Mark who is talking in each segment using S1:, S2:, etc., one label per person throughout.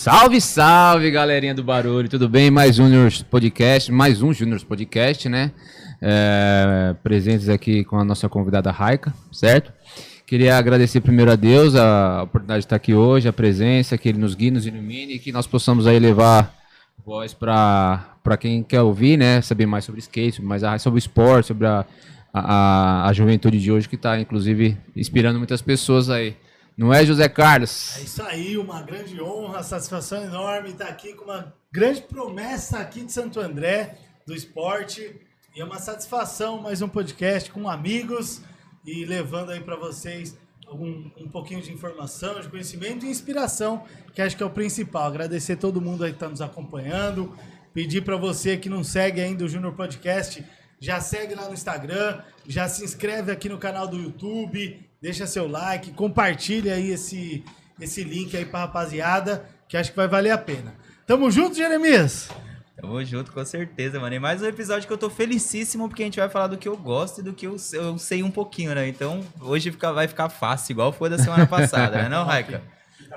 S1: Salve, salve, galerinha do barulho, tudo bem? Mais um Juniors Podcast, mais um Juniors Podcast, né? É, presentes aqui com a nossa convidada Raika, certo? Queria agradecer primeiro a Deus a oportunidade de estar aqui hoje, a presença, que Ele nos guie, nos ilumine e que nós possamos aí levar voz para quem quer ouvir, né? Saber mais sobre skate, sobre mais a- sobre o esporte, sobre a, a, a juventude de hoje que está, inclusive, inspirando muitas pessoas aí. Não é, José Carlos?
S2: É isso aí, uma grande honra, satisfação enorme estar aqui com uma grande promessa aqui de Santo André, do esporte. E é uma satisfação mais um podcast com amigos e levando aí para vocês um, um pouquinho de informação, de conhecimento e inspiração, que acho que é o principal. Agradecer todo mundo aí que está nos acompanhando. Pedir para você que não segue ainda o Júnior Podcast, já segue lá no Instagram, já se inscreve aqui no canal do YouTube, deixa seu like, compartilha aí esse, esse link aí pra rapaziada, que acho que vai valer a pena. Tamo junto, Jeremias?
S3: Tamo junto, com certeza, mano. E mais um episódio que eu tô felicíssimo, porque a gente vai falar do que eu gosto e do que eu, se- eu sei um pouquinho, né? Então, hoje fica- vai ficar fácil, igual foi da semana passada, né não, Raika?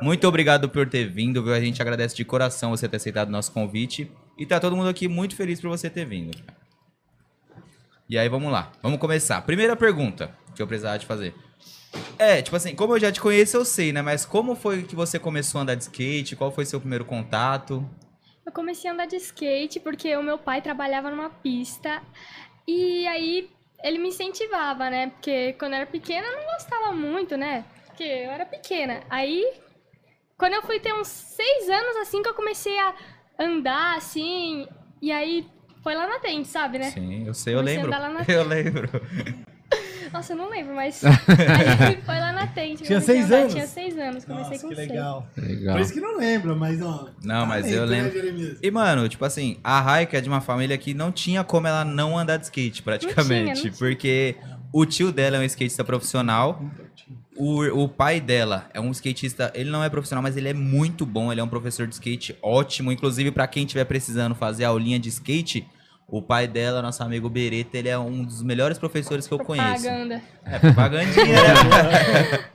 S3: Muito obrigado por ter vindo, viu? A gente agradece de coração você ter aceitado o nosso convite. E tá todo mundo aqui muito feliz por você ter vindo. E aí, vamos lá. Vamos começar. Primeira pergunta que eu precisava te fazer. É, tipo assim, como eu já te conheço, eu sei, né? Mas como foi que você começou a andar de skate? Qual foi seu primeiro contato?
S4: Eu comecei a andar de skate porque o meu pai trabalhava numa pista e aí ele me incentivava, né? Porque quando eu era pequena eu não gostava muito, né? Porque eu era pequena. Aí, quando eu fui ter uns seis anos, assim, que eu comecei a andar, assim, e aí foi lá na tente, sabe, né?
S3: Sim, eu sei, eu
S4: Comecei a
S3: lembro.
S4: andar lá na-
S3: Eu lembro.
S4: Nossa, eu não lembro, mas aí foi lá na tente.
S2: Tinha
S4: comecei a
S2: seis
S4: andar,
S2: anos?
S4: Tinha seis anos, comecei com seis.
S1: Legal.
S2: Por isso que não lembra, mas ó.
S3: Não, mas eu
S2: né,
S3: lembro.
S2: Jeremias?
S3: E, mano, tipo assim, a Raika é de uma família que não tinha como ela não andar de skate, praticamente.
S4: Não tinha, não tinha.
S3: Porque o tio dela é um skatista profissional. O, o pai dela é um skatista, ele não é profissional, mas ele é muito bom, ele é um professor de skate ótimo. Inclusive, pra quem estiver precisando fazer aulinha de skate, o pai dela, nosso amigo Beretta, ele é um dos melhores professores que eu conheço.
S4: Propaganda.
S3: É propagandinha, né?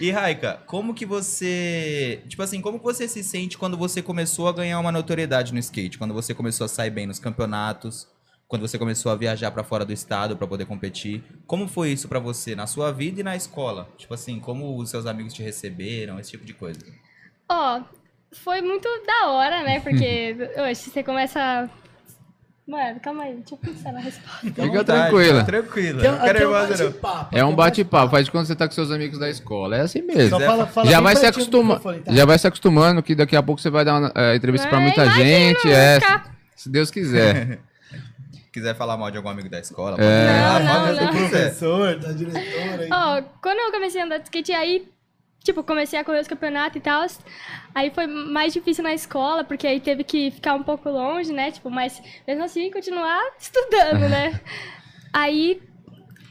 S3: E Raika, como que você. Tipo assim, como que você se sente quando você começou a ganhar uma notoriedade no skate? Quando você começou a sair bem nos campeonatos? Quando você começou a viajar pra fora do estado pra poder competir? Como foi isso pra você na sua vida e na escola? Tipo assim, como os seus amigos te receberam, esse tipo de coisa?
S4: Ó, foi muito da hora, né? Porque hoje você começa. Mano, calma aí, deixa eu pensar na resposta.
S3: Fica à
S1: Fica
S3: vontade,
S1: tranquila.
S3: fica Tranquila.
S2: Aqui é-
S3: Não quero
S2: aqui é um
S3: nervosa, não.
S2: bate-papo.
S1: É um
S2: aqui é
S1: bate-papo, faz de quando você tá com seus amigos da escola. É assim mesmo.
S2: Só fala- fala
S1: já
S2: bem
S1: vai se
S2: pertinho do
S1: acostumando.
S2: microfone, tá?
S1: Já vai se acostumando que daqui a pouco você vai dar uma eh, entrevista pra
S4: Mas
S1: muita
S4: É, imagina,
S1: gente.
S4: vai
S1: É,
S4: ficar.
S1: se Deus quiser.
S3: Quiser falar mal de algum amigo da escola?
S4: Não, não,
S2: Do
S4: não.
S2: professor, da diretora. aí.
S4: Ó, quando eu comecei a andar de skate, aí, tipo, comecei a correr os campeonatos e tal. Aí foi mais difícil na escola, porque aí teve que ficar um pouco longe, né? Tipo, mas mesmo assim, continuar estudando, né? aí.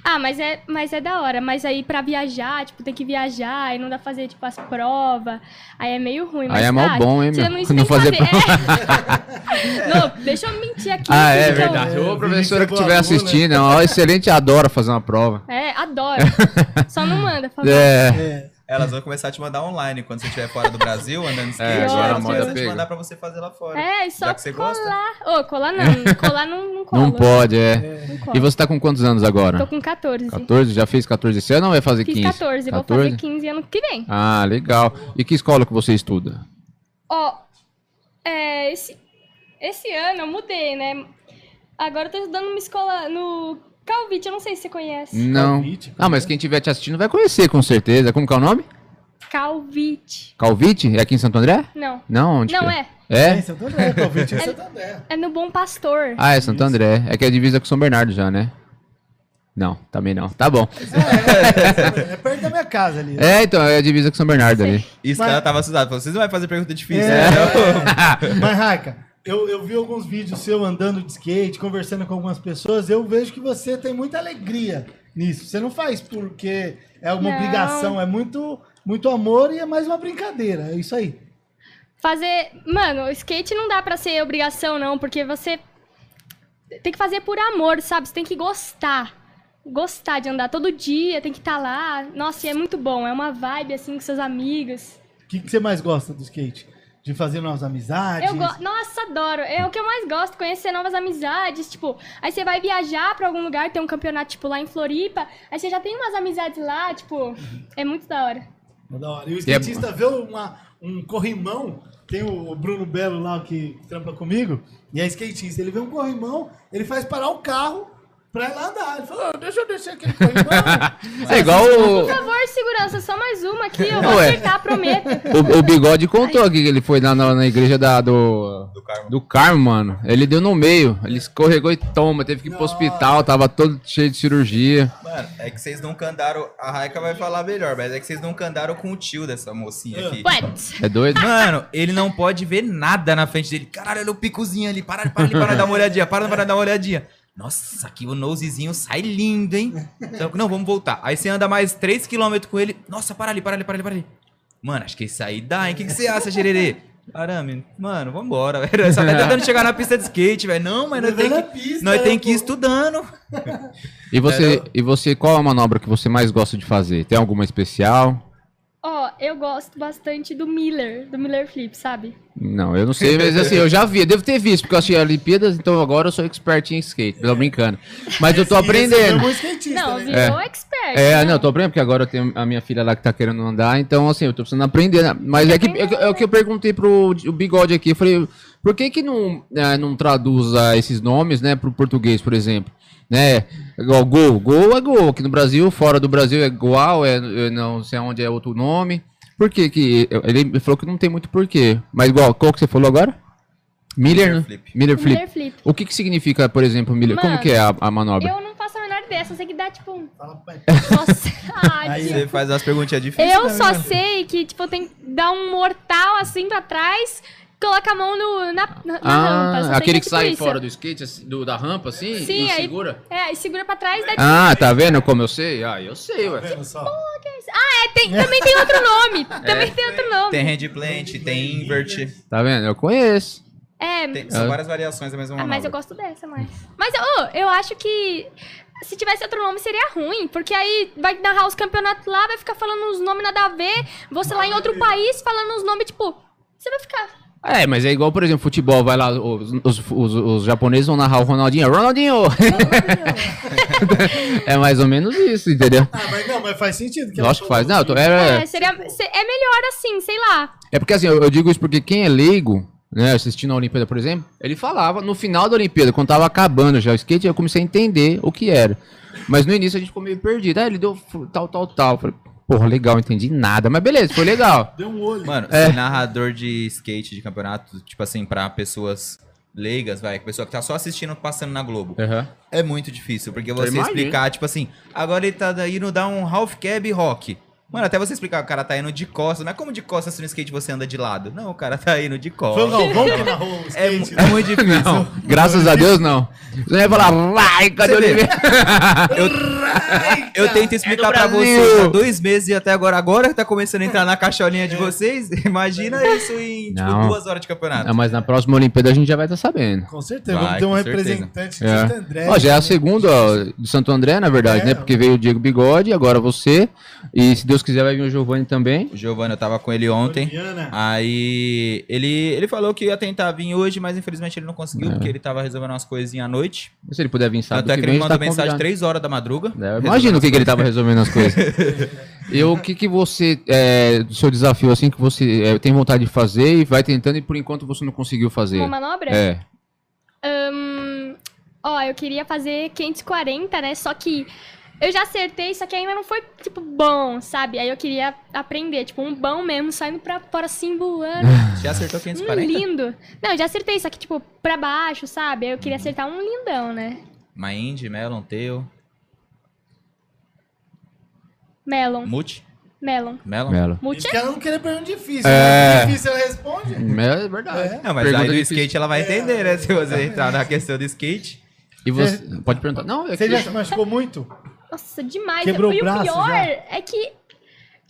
S4: Ah, mas é, mas é da hora. Mas aí pra viajar, tipo, tem que viajar, aí não dá pra fazer, tipo, as provas. Aí é meio ruim. Mas
S1: Aí é
S4: mal
S1: mal bom, hein, meu?
S4: Tirando isso,
S1: Não
S4: tem
S1: fazer
S4: que fazer. É. não, deixa eu mentir aqui.
S1: ah, é
S4: porque eu-
S1: verdade. Ô,
S2: É,
S1: professora que
S2: Vinícius é
S1: estiver
S2: boa aluna.
S1: assistindo, é uma excelente, adora fazer uma prova.
S4: É, adoro. Só não manda, por favor.
S1: É,
S2: É,
S3: Elas vão começar a te mandar online quando você estiver fora do Brasil, andando de skate.
S1: É,
S4: agora a
S3: elas
S4: moda
S3: começam a te
S1: pega.
S3: mandar pra você fazer lá fora.
S4: É, e
S3: Já
S4: só
S3: que você gosta? né?
S4: colar. Ô, colar não. Colar não, É. não né? cola.
S1: não pode, é.
S4: Não
S1: E
S4: cola.
S1: você tá com quantos anos
S4: Tô
S1: agora?
S4: com 14.
S1: 14? Já fez 14 esse ano ou vai fazer 15?
S4: Fiz 14, vou fazer 15 ano que vem.
S1: Ah, legal. E que escola que você estuda?
S4: Ó, é, esse, esse ano eu mudei, né? Agora eu tô estudando numa escola no Calvite, eu não sei se você conhece.
S1: Não.
S2: Calvite, né?
S1: Ah, mas quem estiver te assistindo vai conhecer, com certeza. Como que é o nome?
S4: Calvite.
S1: Calvite? É aqui em Santo André?
S4: Não.
S1: Não, onde
S4: Não
S1: que
S4: é.
S1: é?
S2: em Santo André, convite em Santo André.
S4: É no Bom Pastor.
S1: Ah, é Santo André. É que é divisa com São Bernardo já, né? Não, também não. Tá bom.
S2: É, é, é perto da minha casa ali.
S1: É, então, é a divisa com São Bernardo ali.
S3: Isso
S2: Mas-
S3: que ela tava assustada. Falou, vocês não vão fazer pergunta difícil,
S2: É.
S3: né?
S2: Mas, Raika, eu, eu vi alguns vídeos seu andando de skate, conversando com algumas pessoas. Eu vejo que você tem muita alegria nisso. Você não faz porque é uma
S4: Não.
S2: obrigação, é muito, muito amor e é mais uma brincadeira. É isso aí.
S4: Fazer. Mano, skate não dá pra ser obrigação, não, porque você tem que fazer por amor, sabe? Você tem que gostar. Gostar de andar todo dia, tem que tá estar lá. Nossa, e é muito bom. É uma vibe assim com seus amigos.
S2: O que, que você mais gosta do skate? de fazer novas amizades.
S4: Eu go- Nossa, adoro. É o que eu mais gosto, conhecer novas amizades. Tipo, aí você vai viajar pra algum lugar, tem um campeonato, tipo, lá em Floripa. Aí você já tem umas amizades lá, tipo, é muito da hora.
S2: É da hora. E o skatista vê uma, um corrimão, tem o Bruno Belo lá que trampa comigo, e é skatista. Ele vê um corrimão, ele faz parar o carro pra ir lá andar. Ele fala, "Ah, deixa eu descer aquele corrimão.
S1: É igual
S4: Por
S1: o,
S4: favor, segurança, só mais uma aqui, eu vou
S1: Ué.
S4: acertar, prometo.
S1: o, o Bigode contou aqui que ele foi lá na, na igreja da, do,
S3: Do Carmo.
S1: do Carmo, mano. Ele deu no meio, ele escorregou e toma, teve que ir pro hospital, tava todo cheio de cirurgia.
S3: Mano, é que vocês nunca andaram. A Raika vai falar melhor, mas é que vocês nunca andaram com o tio dessa mocinha aqui.
S4: What?
S1: É doido?
S3: Mano, ele não pode ver nada na frente dele. Caralho, olha o picozinho ali. Para, para, para, para dar uma olhadinha. Para, para, dar uma olhadinha. Nossa, aqui o nosezinho sai lindo, hein? Então, Não, vamos voltar. Aí você anda mais 3km com ele. Nossa, para ali, para ali, para ali, para ali. Mano, acho que isso aí dá, hein? O que, que você acha, Gererê? Parame, mano, vambora, velho. Só tá tentando chegar na pista de skate, velho. Não, mas nós
S2: Levando
S3: temos
S2: a
S3: que,
S2: pista,
S3: nós
S2: né,
S3: tem que ir
S2: pô?
S3: estudando.
S1: E você,
S3: Era-
S1: e você, qual é a manobra que você mais gosta de fazer? Tem alguma especial?
S4: Ó, eu gosto bastante do Miller, do Miller Flip, sabe?
S1: Não, eu não sei, mas assim, eu já vi, eu devo ter visto, porque eu assisti a Olimpíadas, então agora eu sou expert em skate, tô brincando. Mas eu tô
S2: Esse
S1: aprendendo.
S2: é um skatista,
S4: Não,
S2: né?
S4: virou expert.
S1: É,
S4: né?
S1: não, eu tô aprendendo, porque agora eu tenho a minha filha lá que tá querendo andar, então assim, eu tô precisando aprender. né? Mas é, que, é, que- é o que eu perguntei pro o bigode aqui, eu falei, por que que não, eh, não traduz ah, esses nomes, né, pro português, por exemplo? Né, igual gol, gol é gol, aqui no Brasil, fora do Brasil é igual, é, é não sei onde é outro nome. Por que que, ele falou que não tem muito porquê, mas igual, qual que você falou agora? Miller,
S3: Miller
S1: né?
S3: flip.
S1: Miller Flip.
S4: Miller Flip.
S1: O que que significa, por exemplo, Miller? Como
S4: Mano,
S1: que é a, a manobra?
S4: Eu não faço a menor ideia, só sei que dá tipo um.
S2: Fala, é, tá pai.
S4: Nossa, ai,
S2: Aí, é
S4: tio.
S3: Você faz umas perguntinhas difíceis.
S4: Eu
S3: né,
S4: só
S3: mano?
S4: sei que, tipo, tem que dar um mortal assim pra trás, coloca a mão no, na, na
S1: Ah,
S4: rampa. só sei é
S1: aquele que
S4: tipo
S1: sai
S4: isso.
S1: fora do skate, assim, do- da rampa, assim,
S4: Sim,
S1: e
S4: aí-
S1: segura.
S4: É, e segura pra trás, dá
S1: Ah, tá vendo como eu sei? Ah, eu sei,
S2: Tá
S1: ué.
S2: vendo só?
S1: Ah.
S4: é, tem, também tem outro nome.
S1: É.
S4: Também tem outro nome.
S3: Tem handplant, tem invert.
S1: Tá vendo? Eu conheço.
S4: É,
S3: Tem- são várias variações é da mesma
S4: ah, mas
S3: manobra.
S4: eu gosto dessa mais. Mas ô, eu acho que se tivesse outro nome seria ruim, porque aí vai narrar os campeonatos lá, vai ficar falando uns nomes nada a ver, você lá em outro país falando uns nomes, tipo, você vai ficar.
S1: É, mas é igual, por exemplo, futebol. Vai lá, os, os- os- os japoneses vão narrar o Ronaldinho. Ronaldinho! é mais ou menos isso, entendeu?
S2: Ah, mas não, mas faz sentido.
S1: Eu acho que faz. Não, eu tô- Então, é, é.
S4: É, seria, se- é melhor assim, sei lá.
S1: É porque assim, eu, eu digo isso porque quem é leigo, né, assistindo a Olimpíada, por exemplo, ele falava no final da Olimpíada, quando tava acabando já o skate, eu comecei a entender o que era. Mas no início a gente ficou meio perdido. Ah, ele deu fu- tal, tal, tal. Eu Falei, porra, legal, entendi nada. Mas beleza, foi legal.
S2: Deu um olho.
S3: Mano, ser narrador de skate de campeonato, tipo assim, pra pessoas leigas, vai, pessoa que tá só assistindo passando na Globo. É muito difícil, porque você
S1: imagino.
S3: explicar, tipo assim, agora ele tá indo dar um half cab rock. Mano, até você explicar, o cara tá indo de costas, não é como de costas se no skate você anda de lado. Não, o cara tá indo de
S2: Foi o
S3: costas.
S2: Galvão que narrou o
S3: É,
S2: skate. né?
S3: mu- é muito difícil.
S1: Não, graças a Deus, não. Você ia falar, vai, cadê o
S3: Você vê.
S1: Olimpíada?
S3: Eu tento explicar pra
S1: é Brasil!
S3: vocês há dois meses e até agora, agora que tá começando a entrar na caixolinha
S1: É.
S3: de vocês, imagina isso em tipo,
S1: Não.
S3: duas horas de campeonato.
S1: Ah, mas na próxima Olimpíada a gente já vai estar sabento.
S2: Com certeza, vamos
S3: Vai,
S2: ter um
S3: com certeza.
S2: representante de Santo André.
S1: É. Ó, já é
S3: né?
S1: a segunda ó, de Santo André, na verdade,
S2: É.
S1: né? Porque veio o Diego Bigode, agora você. E se Deus quiser, vai vir o Giovanni também.
S3: O Giovanni, eu tava com ele ontem.
S2: Oliviana.
S3: Aí ele, ele falou que ia tentar vir hoje, mas infelizmente ele não conseguiu, porque ele tava resolvendo umas coisinhas à noite.
S1: Se ele puder vir É. sábado
S3: Tanto é
S1: que
S3: que
S1: vem, a
S3: ele
S1: gente tá
S3: mandou mensagem
S1: convidado.
S3: 3 horas da madruga.
S1: É, eu imagino o que, que ele tava resolvendo as coisas. E o que que você, é, do seu desafio, assim, que você é, tem vontade de fazer e vai tentando e por enquanto você não conseguiu fazer?
S4: Uma manobra?
S1: É.
S4: Hum, ó, eu queria fazer 540, né? Só que eu já acertei, só que ainda não foi, tipo, bom, sabe? Aí eu queria aprender, tipo, um bom mesmo, saindo pra fora assim, voando.
S3: Já acertou
S4: um
S3: 540.
S4: lindo. Não, eu já acertei, só que, tipo, pra baixo, sabe? Aí eu queria acertar um lindão, né?
S3: Mind, Melon, Teu,
S4: Melon,
S3: Mut,
S4: melon.
S3: Melon.
S1: Melo.
S4: Multi
S2: Isso que ela não queria pergunta difícil.
S1: É.
S2: né? Difícil ela responde.
S1: É verdade.
S2: É.
S3: Não, mas
S1: Pergunta
S3: aí do
S1: difícil.
S3: skate ela vai entender, né? Se você entrar na questão do skate.
S1: E você. Pode perguntar. Não, é que.
S2: Você já se machucou muito?
S4: Nossa, demais.
S2: Quebrou
S4: e
S2: o braço
S4: o pior
S2: já?
S4: é que.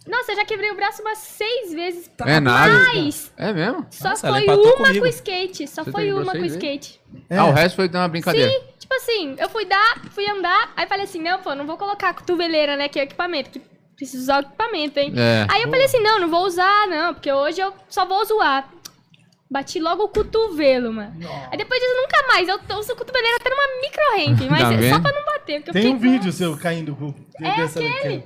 S4: Nossa, eu já quebrei o braço umas seis vezes.
S1: É nada.
S4: Mas
S1: É mesmo?
S4: só
S3: Nossa, ela
S4: foi
S3: empatou
S4: uma
S3: comigo.
S4: com skate. Só
S1: Você
S4: foi
S1: quebrou
S4: uma com
S1: seis vezes?
S4: skate.
S2: É.
S1: Ah, o resto foi uma brincadeira.
S4: Sim, tipo assim, eu fui dar, fui andar, aí falei assim, não, pô, não vou colocar a cotoveleira, né, que é o equipamento, que preciso usar o equipamento, hein.
S1: É.
S4: Aí eu falei assim, não, não vou usar, não, porque hoje eu só vou zoar. Bati logo o cotovelo, mano.
S2: Nossa.
S4: Aí depois disso, nunca mais. Eu tô- uso o cotoveleiro até numa micro ramp, mas
S1: Tá
S4: é só
S1: vendo?
S4: pra não bater. Porque eu
S2: Tem um
S4: fiquei-
S2: vídeo seu caindo com
S4: É
S2: dessa
S4: aquele.
S2: daquela.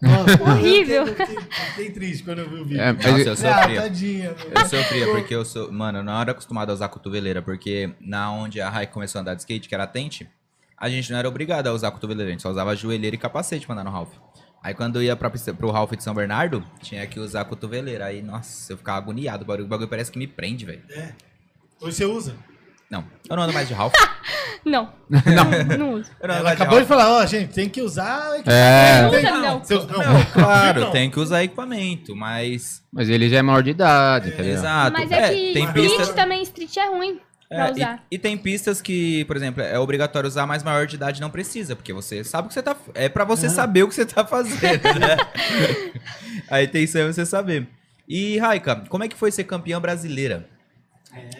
S2: Nossa, eu
S4: Horrível.
S2: fiquei- eu fiquei- Fiquei triste quando eu vi o vídeo.
S1: É,
S3: Nossa,
S1: mas-
S3: eu
S2: ah,
S3: sofria.
S2: tadinha. meu.
S3: Eu sofria porque eu sou. Mano, eu não era acostumado a usar cotoveleira, porque na onde a Rai começou a andar de skate, que era a Tente, a gente não era obrigado a usar cotoveleira, a gente só usava joelheira e capacete pra andar no Ralph. Aí quando eu ia pra, pista- pro Ralph de São Bernardo, tinha que usar cotoveleira. Aí, nossa, eu ficava agoniado. O bagulho, o bagulho parece que me prende, velho.
S2: Hoje você usa?
S3: Não, eu não ando mais de Ralph.
S4: Não. não. Não uso.
S3: Eu não ando
S2: Ela
S3: mais de
S2: acabou de
S3: Ralph.
S2: falar, ó, gente, tem que usar... o equipamento.
S1: É.
S2: Tem-
S4: Não, não.
S2: Seu- não,
S3: Não, claro,
S2: não.
S3: tem que usar equipamento, mas.
S1: Mas ele já é maior de idade, tá ligado?
S3: Exato.
S4: Mas é, que
S3: Ah, tem
S4: street
S3: pista.
S4: também, street é ruim pra
S3: É,
S4: usar.
S3: e, e tem pistas que, por exemplo, é obrigatório usar, mas maior de idade não precisa, porque você sabe o que você tá. É pra você
S2: Ah.
S3: saber o que você tá fazendo, né? A intenção é você saber. E, Raika, como é que foi ser campeã brasileira?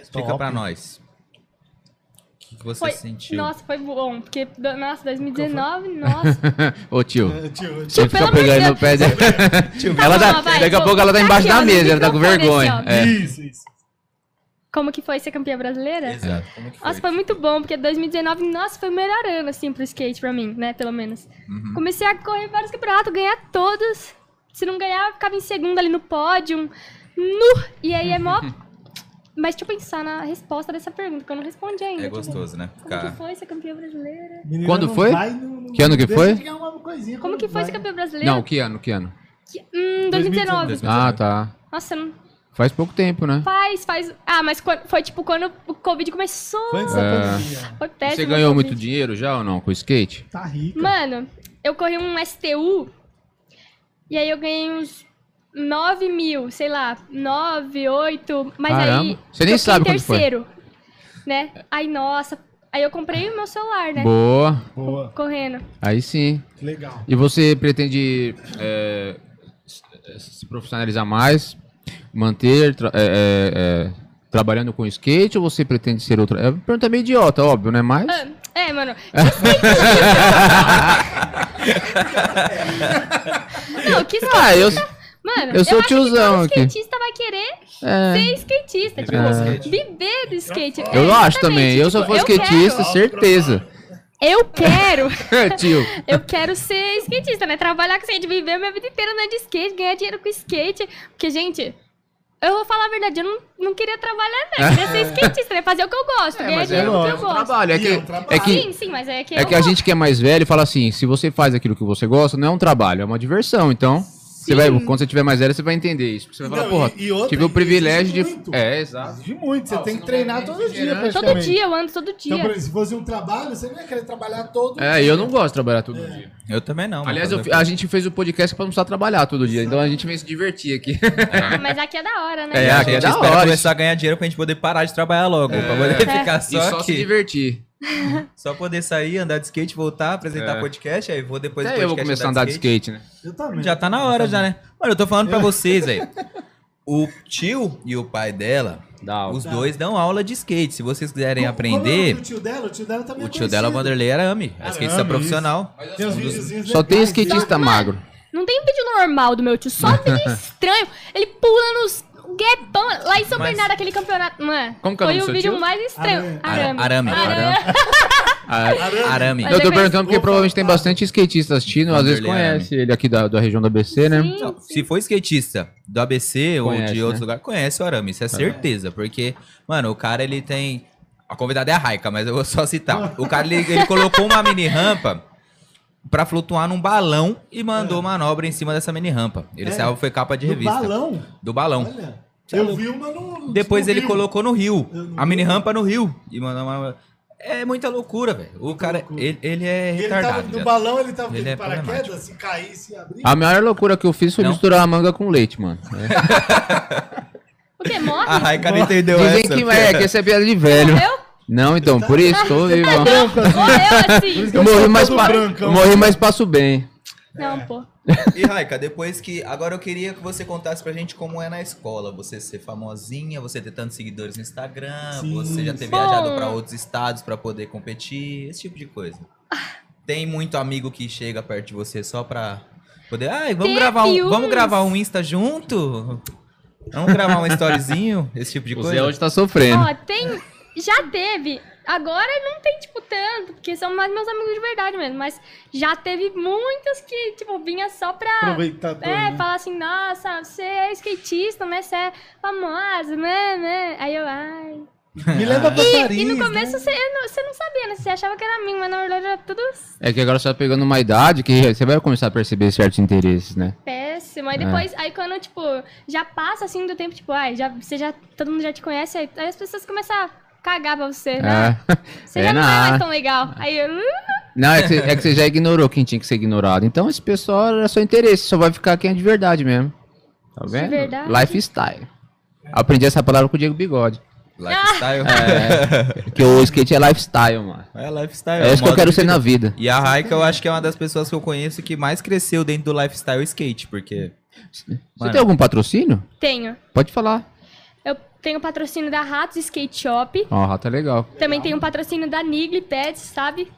S3: Explica
S2: top.
S3: pra nós. O que, que você
S4: Foi-
S3: sentiu?
S4: Nossa, foi bom, porque, do- nossa, 2019, nossa.
S1: Ô tio,
S2: É, tio, tio.
S1: você
S4: pelo
S1: fica
S4: amor de
S1: pegando no pé dele. ela tá,
S4: Tá bom, vai,
S1: daqui a
S4: tô-
S1: pouco ela tá
S4: tá
S1: embaixo
S4: aqui, ó,
S1: da
S4: no
S1: mesa, ela tá com
S4: microfone,
S1: vergonha.
S4: assim,
S1: É.
S2: Isso, isso.
S4: Como que foi ser campeã brasileira?
S3: Exato. Como que foi?
S4: Nossa, foi muito bom, porque 2019, nossa, foi o melhor ano, assim, pro skate pra mim, né, pelo menos.
S3: Uhum.
S4: Comecei a correr vários campeonatos, ganhar todos. Se não ganhar, eu ficava em segundo ali no pódio. Nu! E aí é mó... Mas deixa eu pensar na resposta dessa pergunta, que eu não respondi ainda.
S3: É
S4: tipo,
S3: gostoso, né?
S4: Como que
S3: Ficar...
S4: foi ser campeã brasileira?
S2: Menina,
S1: Quando
S2: não
S1: foi?
S2: vai no- no-
S1: Que ano que
S2: deixa
S1: foi?
S2: de ganhar uma coisinha,
S4: Como que foi ser
S2: vai?
S4: campeã brasileira?
S1: Não, que ano, que ano?
S4: Que- Hum, 2019.
S1: Ah, tá.
S4: Nossa, eu não...
S1: Faz pouco tempo, né?
S4: Faz, faz. Ah, mas quan- foi tipo quando o Covid começou.
S2: Foi antes da
S1: É.
S2: pandemia.
S4: Foi péssimo. assim.
S1: Você ganhou
S4: o
S1: muito
S4: Covid.
S1: dinheiro já ou não com o skate?
S2: Tá rica.
S4: Mano, eu corri um STU e aí eu ganhei uns 9 mil, sei lá, 9, 8. Mas aí.
S1: Caramba. Você nem
S4: eu fiquei em
S1: sabe quanto foi.
S4: terceiro, né? Aí, nossa. Aí eu comprei o meu celular,
S1: É.
S4: né?
S1: Boa,
S2: Boa,
S4: Correndo.
S1: aí sim.
S2: legal.
S1: E você pretende é, s- eh, se profissionalizar mais, manter tra- eh, eh, eh, trabalhando com skate ou você pretende ser outra? É uma pergunta meio idiota, óbvio, né? Mas
S4: Ah, é, mano. Não, que
S1: Ah, eu-
S4: skatista- Mano,
S1: eu sou
S4: acho que
S1: tiozão
S4: todo
S1: aqui.
S4: skatista vai querer
S1: é,
S4: ser skatista, tipo,
S3: É.
S4: viver do skate. É,
S1: eu acho
S4: exatamente,
S1: também. Eu só
S4: tipo,
S1: for skatista,
S2: quero.
S1: certeza.
S4: Eu quero, eu quero,
S1: Tio,
S4: eu quero ser skatista, né? Trabalhar com skate, viver minha vida inteira andando de skate, ganhar dinheiro com skate. Porque, gente, eu vou falar a verdade, eu não, não queria trabalhar, né? Eu queria ser skatista, né? Fazer o que eu gosto, ganhar
S1: mas é
S4: dinheiro com o que eu
S2: um
S4: gosto.
S1: trabalho. É
S2: E
S1: que,
S2: é um trabalho.
S1: é que
S4: Sim, sim, mas é que
S1: É
S4: eu
S1: que a
S4: gosto.
S1: gente que é mais velho fala assim, se você faz aquilo que você gosta, não é um trabalho, é uma diversão. Então, você vai, quando você tiver mais velho, você vai entender isso. porque Você vai falar,
S2: Não,
S1: porra,
S2: e- e outra,
S1: tive o
S2: exige
S1: privilégio de...
S2: muito.
S1: É,
S3: Tá.
S1: exato.
S2: Exige muito, você
S1: Ah,
S2: tem
S1: você
S2: que
S1: não
S2: treinar
S1: ganha nem
S2: todo dia,
S1: dinheiro, né?
S4: Todo
S2: praticamente.
S4: dia, eu ando todo dia.
S2: Então, por exemplo, se fosse um trabalho, você não ia querer trabalhar todo
S1: É,
S2: dia.
S1: eu não gosto de trabalhar todo dia.
S2: É.
S3: Eu também não. mano.
S1: Aliás, eu fi-
S3: Fazer o quê?
S1: a gente fez o podcast pra não precisar trabalhar todo dia, então a gente veio se divertir aqui.
S4: Ah, mas aqui é da hora, né?
S1: É,
S3: assim, a
S1: aqui
S3: gente
S1: da
S3: espera
S1: hora.
S3: começar a ganhar dinheiro pra gente poder parar de trabalhar logo. Pra poder
S4: É.
S3: ficar
S1: e só
S3: só
S1: se
S3: aqui.
S1: divertir.
S3: Só poder sair, andar de skate, voltar, apresentar
S1: É.
S3: podcast, aí vou depois
S1: Até eu vou começar a andar de skate, né?
S2: Eu também.
S3: Já tá na hora já, né? Mano, eu tô falando pra vocês aí. O tio e o pai dela,
S1: Dá,
S3: os dois dão aula de skate. Se vocês quiserem
S2: Como- como é o
S3: aprender,
S2: nome do tio dela, o tio dela também
S3: o
S2: é
S3: tio dela,
S2: conhecido.
S3: Vanderlei Arame, é skatista
S2: Arame,
S3: profissional.
S2: Tem uns videozinhos
S1: Só tem
S2: legais
S1: skatista magro.
S4: Não tem vídeo normal do meu tio, só vídeo estranho. Ele pula nos gapão. Lá em São
S3: Mas-
S4: Bernardo, aquele campeonato. Mano,
S1: Como que é o nome do
S4: foi o
S1: seu
S4: vídeo
S1: tio?
S4: mais estranho.
S3: Arame.
S4: Arame.
S3: Arame.
S1: Ah,
S2: dele.
S3: Arame.
S1: eu tô
S4: Ele é
S1: perguntando porque
S2: Vou
S1: provavelmente tem
S2: falar.
S1: bastante skatista assistindo, às vezes
S3: Vanderlei Arame.
S1: conhece ele aqui da, da região do ABC, né?
S4: Sim,
S3: Não,
S4: sim.
S3: Então, se for skatista do ABC ou
S1: Conhece,
S3: de
S1: né?
S3: outro lugar, conhece o Arame, isso é certeza. Porque, mano, o cara ele tem. A convidada é a Raika, mas eu vou só citar. O cara ele, ele colocou uma mini rampa pra flutuar num balão e mandou manobra em cima dessa mini rampa. Ele
S2: É.
S3: saiu, foi capa de
S2: Do
S3: revista.
S2: balão?
S3: Do balão.
S2: Olha, eu vi uma no...
S3: Depois
S2: no
S3: ele
S2: Rio.
S3: colocou no rio.
S2: Eu não
S3: A
S2: vi.
S3: mini rampa no rio. E mandou uma. É muita loucura, velho. O cara,
S2: loucura.
S3: ele, ele é
S2: Ele tava,
S3: retardado.
S2: no
S3: viado.
S2: balão ele tava
S3: Ele
S2: de
S3: é
S2: paraquedas,
S3: problemático.
S2: se caísse e abrisse.
S1: A maior loucura que eu fiz foi
S3: Não?
S1: misturar a manga com leite, mano.
S4: O quê? Morre?
S3: A Raika não Ah, entendeu
S1: Dizem
S3: essa.
S1: que é, que essa é piada de velho.
S4: Morreu?
S1: Não, então, por isso, tô vivo. ó.
S4: Morreu assim.
S1: Eu morri, mas
S2: Todo
S1: pa-
S2: branco,
S1: eu
S2: ó.
S1: morri, mas passo bem.
S4: Não, pô.
S3: E Raika, depois que. Agora eu queria que você contasse pra gente como é na escola. Você ser famosinha, você ter tantos seguidores no Instagram,
S2: Sim.
S3: você já ter
S4: Bom.
S3: viajado pra outros estados pra poder competir, esse tipo de coisa. Tem muito amigo que chega perto de você só pra poder. Ai, vamos
S4: Teve
S3: gravar um, vamos
S4: uns.
S3: gravar um Insta junto? Vamos gravar um storyzinho, esse tipo de
S1: O
S3: coisa?
S1: Zé hoje tá sofrendo.
S4: Ó, tem. Já teve. Agora não tem, tipo, tanto, porque são mais meus amigos de verdade mesmo. Mas já teve muitos que, tipo, vinha só pra.
S2: Aproveitador.
S4: É,
S2: né?
S4: falar assim, nossa, você é skatista, né? Você é famosa, né, né? Aí eu, ai.
S2: Me
S3: Ah,
S2: leva pra Paris.
S4: E no
S2: né?
S4: começo você não, você não sabia, né? Você achava que era mim, mas na verdade era tudo
S1: É que agora você tá pegando uma idade que você vai começar a perceber certos interesses, né?
S4: péssimo. Aí depois, aí quando, tipo, já passa assim do tempo, tipo, ai, já, você já, todo mundo já te conhece, aí, aí as pessoas começam a cagar pra você, né?
S1: É.
S4: Você
S1: É,
S4: já não é
S1: não.
S4: mais tão legal. Aí eu, "Hum,
S1: Não, é que, você, é que você já ignorou quem tinha que ser ignorado. Então esse pessoal era só interesse, só vai ficar quem é de verdade mesmo. Tá
S4: De
S1: vendo?
S4: verdade.
S1: Lifestyle. Aprendi essa palavra com o Diego Bigode.
S3: Lifestyle.
S1: Porque o skate é lifestyle, mano.
S3: É, lifestyle.
S1: É
S3: um
S1: isso que eu
S3: modo
S1: quero
S3: de
S1: ser
S3: vida.
S1: na vida.
S3: E a Raika, eu acho que é uma das pessoas que eu conheço que mais cresceu dentro do lifestyle skate, porque...
S1: Você
S3: Mano.
S1: tem algum patrocínio?
S4: tenho.
S1: Pode falar.
S4: Eu tenho patrocínio da Ratos Skate Shop.
S1: Ó, rato é legal.
S4: Também tenho patrocínio da Nigli Pets, sabe?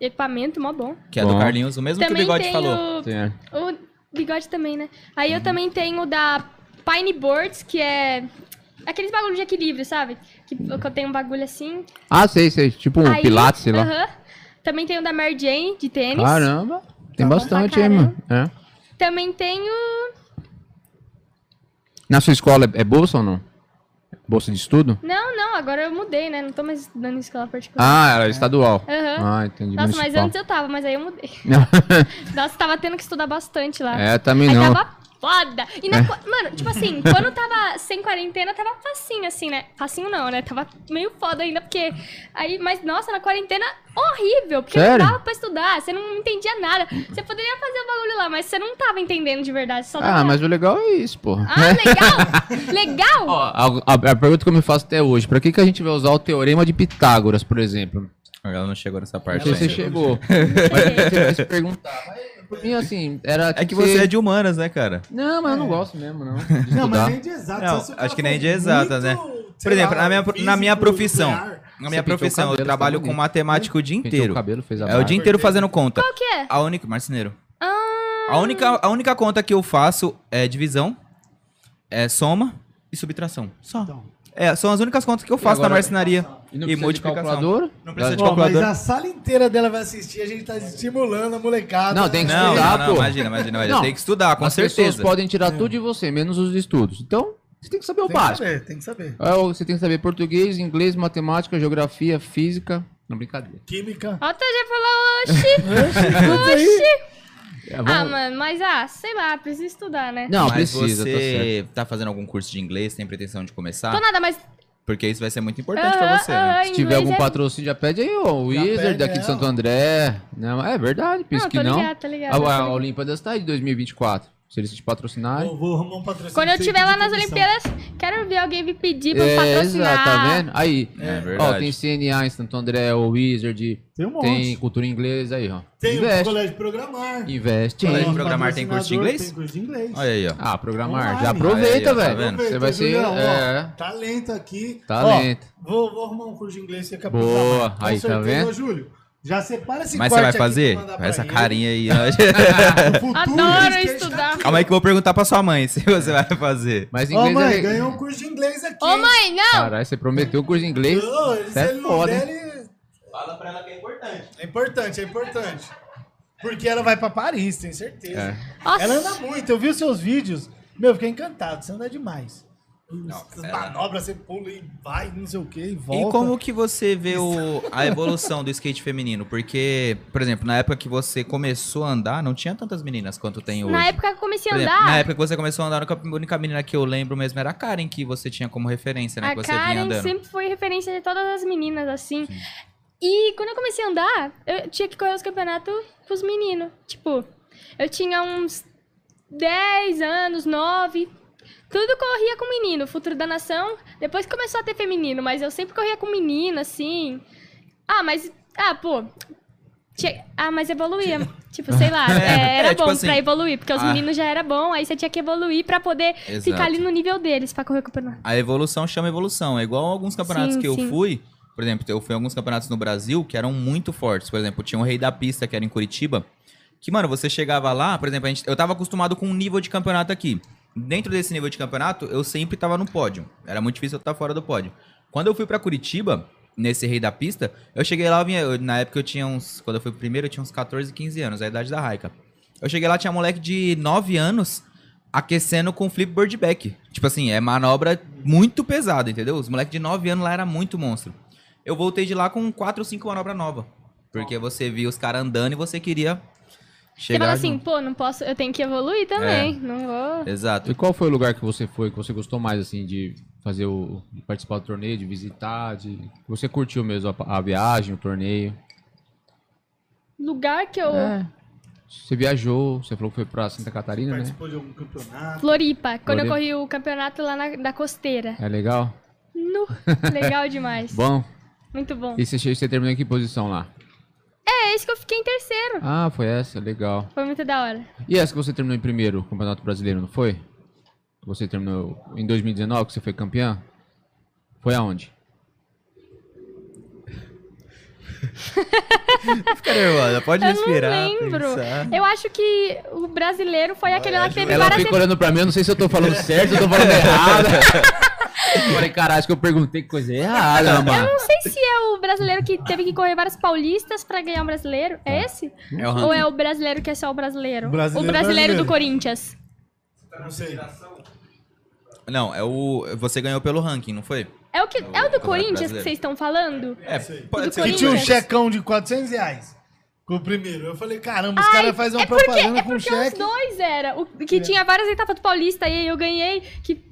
S4: Equipamento mó bom.
S3: Que é
S1: Bom.
S3: do Carlinhos, o mesmo que o
S4: também
S3: Bigode
S4: tenho
S3: falou.
S1: Tem- é.
S4: O bigode também, né? Aí
S1: Uhum.
S4: eu também tenho o da Pine Boards, que é aqueles bagulho de equilíbrio, sabe? Que, que eu tenho um bagulho assim.
S1: Ah, sei, sei. Tipo um
S4: Aí-
S1: pilates, sei lá.
S4: Aham. Também tenho o da Mary Jane, de tênis.
S1: Caramba. Tem
S4: Tá bom
S1: bastante,
S4: pra
S1: hein, mano? É.
S4: Também tenho...
S1: Na sua escola é é bolsa ou não? Bolsa de estudo?
S4: Não, não, agora eu mudei, né? Não tô mais dando escola particular.
S1: Ah, era estadual.
S4: Aham.
S1: Ah, entendi.
S4: Nossa, mas
S1: municipal.
S4: antes eu tava, mas aí eu mudei. Nossa, tava tendo que estudar bastante lá.
S1: é, também
S4: Aí
S1: não. É.
S4: tava foda. E na qua- Mano, tipo assim, quando tava sem quarentena, tava facinho, assim, né? Facinho não, né? Tava meio foda ainda, porque. Aí, mas, nossa, na quarentena, horrível. Porque
S1: Sério?
S4: não dava pra estudar, você não entendia nada. Você poderia fazer o bagulho lá, mas você não tava entendendo de verdade. Só
S1: Ah,
S4: tava-
S1: mas o legal é isso, porra.
S4: né? Ah, legal! legal!
S1: Ó, a, a- a pergunta que eu me faço até hoje, pra que, que a gente vai usar o Teorema de Pitágoras, por exemplo?
S3: Ela não chegou nessa
S1: Não
S3: parte
S1: sei se você
S3: ainda.
S1: chegou.
S4: Cheguei.
S1: Você vai se perguntar. Mas, por mim, assim, era...
S3: É que
S1: tinha
S3: você é
S1: ser-
S3: de humanas, né, cara?
S1: Não, mas eu
S4: Ah.
S1: não gosto mesmo, não. de
S2: Não, mas
S1: estudar.
S2: nem de exatas.
S3: Não,
S2: só se o
S3: acho
S2: cara
S3: que nem
S2: for
S3: de exatas, né?
S2: muito, sei
S3: Por exemplo,
S2: lá,
S3: na minha, na minha
S2: físico
S3: profissão.
S2: nuclear.
S3: Na
S1: Você pintou
S3: minha profissão,
S1: o cabelo,
S3: eu trabalho
S1: tá
S3: com
S1: bonito.
S3: matemática o dia
S1: Pintou
S3: inteiro.
S1: O cabelo, fez a
S3: É o
S1: barba.
S3: dia inteiro fazendo conta.
S4: Qual que é?
S3: A única. Marceneiro.
S4: Ah,
S3: A única, a única conta que eu faço é divisão, é soma e subtração. Só.
S2: Então.
S3: É, são as únicas contas que eu faço na
S1: agora-
S3: marcenaria.
S1: E não precisa de
S3: E multiplicação.
S1: calculadora?
S3: Não precisa de
S2: Ó, mas
S3: calculadora.
S2: a sala inteira dela vai assistir, a gente tá estimulando a molecada.
S1: Não, tem que
S3: Não,
S1: estudar,
S3: não, não,
S1: pô.
S3: imagina, imagina, imagina.
S1: Não.
S3: Tem que estudar, com
S1: As pessoas
S3: certeza.
S1: podem tirar tudo de você, menos os estudos. Então, você tem que saber o
S2: Tem que
S1: básico.
S2: saber, tem que saber.
S1: É, o- Você tem que saber português, inglês, matemática, geografia, física. Não, brincadeira.
S2: Química.
S4: a outra já falou, oxi!
S1: É,
S4: ah,
S1: vamos-
S4: mano, mas ah, sei lá, precisa estudar, né?
S1: Não,
S3: Mas
S1: precisa, tá certo.
S3: você tá fazendo algum curso de inglês, tem pretensão de
S4: Tô
S3: começar?
S4: nada, mas.
S3: Porque isso vai ser muito importante pra
S4: Aham,
S3: você, né?
S4: aham,
S1: Se tiver
S4: inglês
S1: algum
S4: é-
S1: patrocínio, já pede aí, ó, o
S2: Já
S1: Wizard
S2: pede,
S1: daqui de
S2: é,
S1: Santo
S2: ó.
S1: André. Não, é verdade, pensa
S4: Não,
S1: que
S4: tô
S1: não. ah,
S4: ligado, tá ligado.
S1: A, a Olimpíadas tá aí de 2024. Se eles te patrocinarem.
S2: Vou, vou arrumar um patrocínio.
S4: Quando eu
S2: sem
S4: estiver lá
S2: pedir
S4: nas
S2: permissão.
S4: Olimpíadas, quero ver alguém me pedir pra eu
S1: É,
S4: patrocinar.
S1: exato, tá vendo? Aí.
S4: ah,
S3: É verdade.
S1: Ó, tem CNA em Santo André, o Wizard,
S2: Tem um monte.
S1: tem cultura inglesa aí, ó.
S2: Tem o
S1: Investe.
S2: colégio de programar.
S1: Investe.
S3: Colégio
S1: hein?
S3: de programar tem curso de
S2: Patrocinador,
S3: inglês?
S2: Tem curso de inglês.
S3: Olha aí, ó.
S1: Ah, programar.
S2: Online.
S1: Já aproveita,
S3: Aí, ó, tá
S1: velho.
S3: vendo?
S1: Você vai ser.
S2: Julião, ó,
S1: É.
S2: Talento aqui.
S1: Talento.
S2: Ó, vou, vou arrumar um curso de inglês que é pra
S1: Boa,
S2: programar. Com
S1: aí, tá
S2: certeza,
S1: vendo?
S2: Ô, Júlio, já separa esse
S3: Mas
S2: corte
S3: você vai
S2: aqui pra
S3: fazer?
S2: mandar pra
S3: Essa
S2: ele.
S3: carinha aí, ó.
S2: No futuro, é
S4: Adoro
S2: ele está-
S4: estudar.
S3: Calma aí que eu vou perguntar pra sua mãe se você vai fazer.
S1: Mas
S2: Ó,
S1: inglês
S2: mãe,
S1: é.
S2: ganhou um curso de inglês aqui.
S4: Ô,
S2: hein?
S4: mãe, não!
S1: Caralho, você prometeu o curso de inglês.
S2: Ô,
S1: Isso
S2: se
S1: é
S2: ele não
S1: foda,
S2: der,
S1: hein?
S2: ele-
S3: Fala pra ela que é importante.
S2: É importante, é importante. Porque ela vai pra Paris, tem certeza.
S1: É.
S4: Nossa.
S2: Ela anda muito, eu vi os seus vídeos. Meu, eu fiquei encantado, você anda demais. As
S4: é
S3: ela-
S2: manobras, você pula e vai, não sei o que, e volta.
S3: E como que você vê o- a evolução do skate feminino? Porque, por exemplo, na época que você começou a andar, não tinha tantas meninas quanto tem hoje.
S4: Na época que eu comecei a
S3: Por exemplo,
S4: andar,
S3: na época que você começou a andar, a única- a única menina que eu lembro mesmo era a Karen, que você tinha como referência, né?
S4: a
S3: que você vinha
S4: Karen
S3: andando.
S4: sempre foi referência de todas as meninas, assim. E quando eu comecei a andar, eu tinha que correr os campeonatos com os meninos. Tipo, eu tinha uns 10 anos, 9. Tudo corria com menino. Futuro da Nação, depois que começou a ter feminino, mas eu sempre corria com menino, assim. Ah, mas. Ah, pô. Tinha- Ah, mas evoluía. tipo, sei lá.
S3: É,
S4: é, era
S3: é, tipo
S4: bom
S3: assim,
S4: pra evoluir, porque os
S3: ah.
S4: meninos já era bom, aí você tinha que evoluir pra poder
S3: Exato.
S4: ficar ali no nível deles pra correr o campeonato.
S3: A evolução chama evolução. É igual alguns campeonatos
S4: Sim,
S3: que eu
S4: sim.
S3: fui. Por exemplo, eu fui em alguns campeonatos no Brasil que eram muito fortes. Por exemplo, tinha o Rei da Pista, que era em Curitiba. Que, mano, você chegava lá, por exemplo, a gente- eu tava acostumado com um nível de um campeonato aqui. dentro desse nível de campeonato, eu sempre tava no pódio. Era muito difícil eu estar fora do pódio. Quando eu fui pra Curitiba, nesse rei da pista, eu cheguei lá, eu vinha- eu- na época eu tinha uns. Quando eu fui pro primeiro, eu tinha uns 14, 15 anos, é a idade da Raika. Eu cheguei lá, tinha moleque de 9 anos aquecendo com flipboard back. Tipo assim, é manobra muito pesada, entendeu? Os moleques de 9 anos lá era muito monstro. Eu voltei de lá com 4 ou 5 manobra nova. Porque você via os caras andando e você queria
S4: Você
S3: chegar.
S4: fala assim,
S3: junto.
S4: pô, não posso, eu tenho que evoluir também. Não vou.
S3: Exato.
S1: E qual foi o lugar que você foi, que você gostou mais, assim, de fazer o. de participar do torneio, de visitar, de. que Você curtiu mesmo a, a viagem, o torneio?
S4: Lugar que eu.
S1: É. Você viajou, você falou que foi pra Santa Catarina, né?
S2: Participou de algum campeonato?
S4: Floripa, quando eu
S1: Floripa.
S4: corri o campeonato lá na, da costeira.
S1: É legal?
S4: Nu, legal demais.
S1: Bom.
S4: Muito bom.
S1: E você, che- você terminou em que posição lá?
S4: É esse que eu fiquei em terceiro.
S1: Ah, foi essa, legal.
S4: Foi muito da hora.
S1: E essa que você terminou em primeiro, o Campeonato Brasileiro, não foi? Que Você terminou em 2019, que você foi campeã? Foi aonde?
S3: Fica nervosa, pode
S4: Eu não
S3: respirar.
S4: lembro.
S3: pensar.
S4: Eu acho que o brasileiro foi aquele lá que teve
S1: Ela
S4: várias
S1: fica olhando pra mim, eu não sei se eu tô falando certo, se eu tô falando errado. Eu Falei, caralho, acho que eu perguntei que coisa errada, mano.
S4: Não sei se é o brasileiro que teve que correr vários paulistas pra ganhar um brasileiro. É esse?
S3: É o
S4: Ou
S3: ranking.
S4: é o brasileiro que é só o brasileiro?
S2: O brasileiro é
S4: o brasileiro
S2: brasileiro.
S4: do Corinthians.
S2: Não sei.
S3: Não, é o. Você ganhou pelo ranking, não foi?
S4: É o, que, é o do
S3: Campeonato
S4: Corinthians que
S3: Brasileiro.
S4: vocês estão falando?
S3: É,
S2: sei.
S3: pode ser.
S4: Do
S2: Que tinha um
S4: Corinthians.
S2: checão de 400 reais. Com o primeiro. Eu falei, caramba, os caras fazem uma
S4: é porque,
S2: propaganda
S4: é
S2: com um
S4: porque os
S2: cheque.
S4: dois era. O que tinha várias etapas do paulista e aí eu ganhei. Que...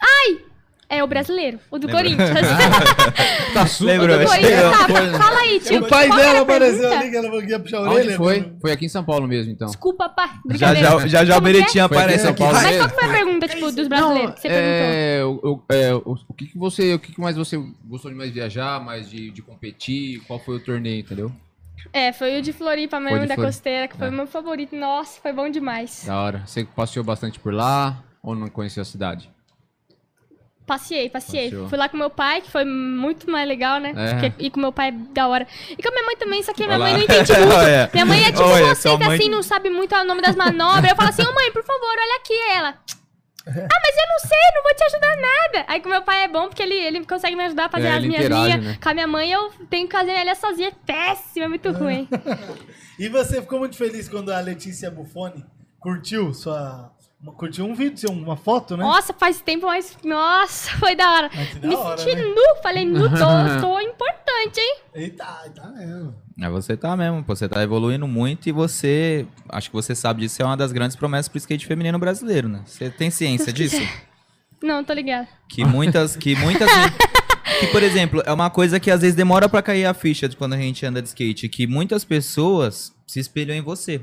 S4: Ai! É o brasileiro, o do
S3: Lembrou.
S4: Corinthians.
S1: Tá super.
S3: Lembrou,
S4: do
S3: acho que
S4: Corinthians,
S3: é.
S4: tá? Fala aí, tio.
S2: O pai
S4: qual que era
S2: dela
S4: a
S2: apareceu
S4: pergunta?
S2: ali que ela falou que ia puxar a
S1: Aonde
S2: orelha. né?
S1: foi? Foi aqui em São Paulo mesmo, então.
S4: Desculpa, pai.
S3: Já
S4: Brincadeira.
S3: já, já, já o
S4: Como que é?
S3: Beretinho
S1: Foi aqui em
S3: aparece
S1: São
S3: aqui.
S1: Paulo
S4: Mas
S1: mesmo?
S4: qual que foi a pergunta, tipo, dos brasileiros que você perguntou?
S1: é, o, o- é, o, o que, que você, o que, que mais você gostou de mais viajar, mais de, de competir, qual foi o torneio, entendeu?
S4: É, foi o de Floripa
S1: Foi
S4: mesmo,
S1: de
S4: da
S1: Floripa.
S4: costeira, que foi
S1: É. Tá.
S4: o meu favorito. Nossa, foi bom demais.
S1: Da hora. Você passeou bastante por lá ou não conheceu a cidade?
S4: Passeei, passeei.
S1: Passeou.
S4: Fui lá com meu pai, que foi muito mais legal, né?
S1: É.
S4: Porque ir com meu pai é da hora. E com a minha mãe também, só que minha
S3: Olha
S4: mãe
S3: lá.
S4: não entende muito.
S3: Olha.
S4: Minha mãe é tipo
S3: Olha,
S4: você
S3: sua
S4: que
S3: mãe-
S4: assim não sabe muito o nome das manobras. Eu falo assim, ô mãe, por favor, olha aqui ela.
S2: É.
S4: Ah, mas eu não sei, não vou te ajudar nada. Aí com meu pai é bom porque ele, ele consegue me ajudar a fazer
S1: É,
S4: as
S1: ele
S4: minhas
S1: interage,
S4: linhas.
S1: né?
S4: Com a minha mãe eu tenho que fazer minha linha sozinha. É péssimo, é muito ruim.
S2: E você ficou muito feliz quando a Letícia Buffoni curtiu sua. uma- Curtiu um vídeo, seu, uma foto, né?
S4: Nossa, faz tempo, mas. Nossa, foi da hora.
S2: Mas que da
S4: Me
S2: hora,
S4: senti
S2: né?
S4: nu, falei, nu, tô, tô importante, hein?
S2: Eita, tá mesmo.
S3: É, você tá mesmo, pô, você tá evoluindo muito e você. Acho que você sabe disso, é uma das grandes promessas pro skate feminino brasileiro, né? Você tem ciência disso?
S4: Não, tô ligada.
S3: Que muitas. Que muitas. que, por exemplo, é uma coisa que às vezes demora pra cair a ficha de quando a gente anda de skate. Que muitas pessoas se espelham em você.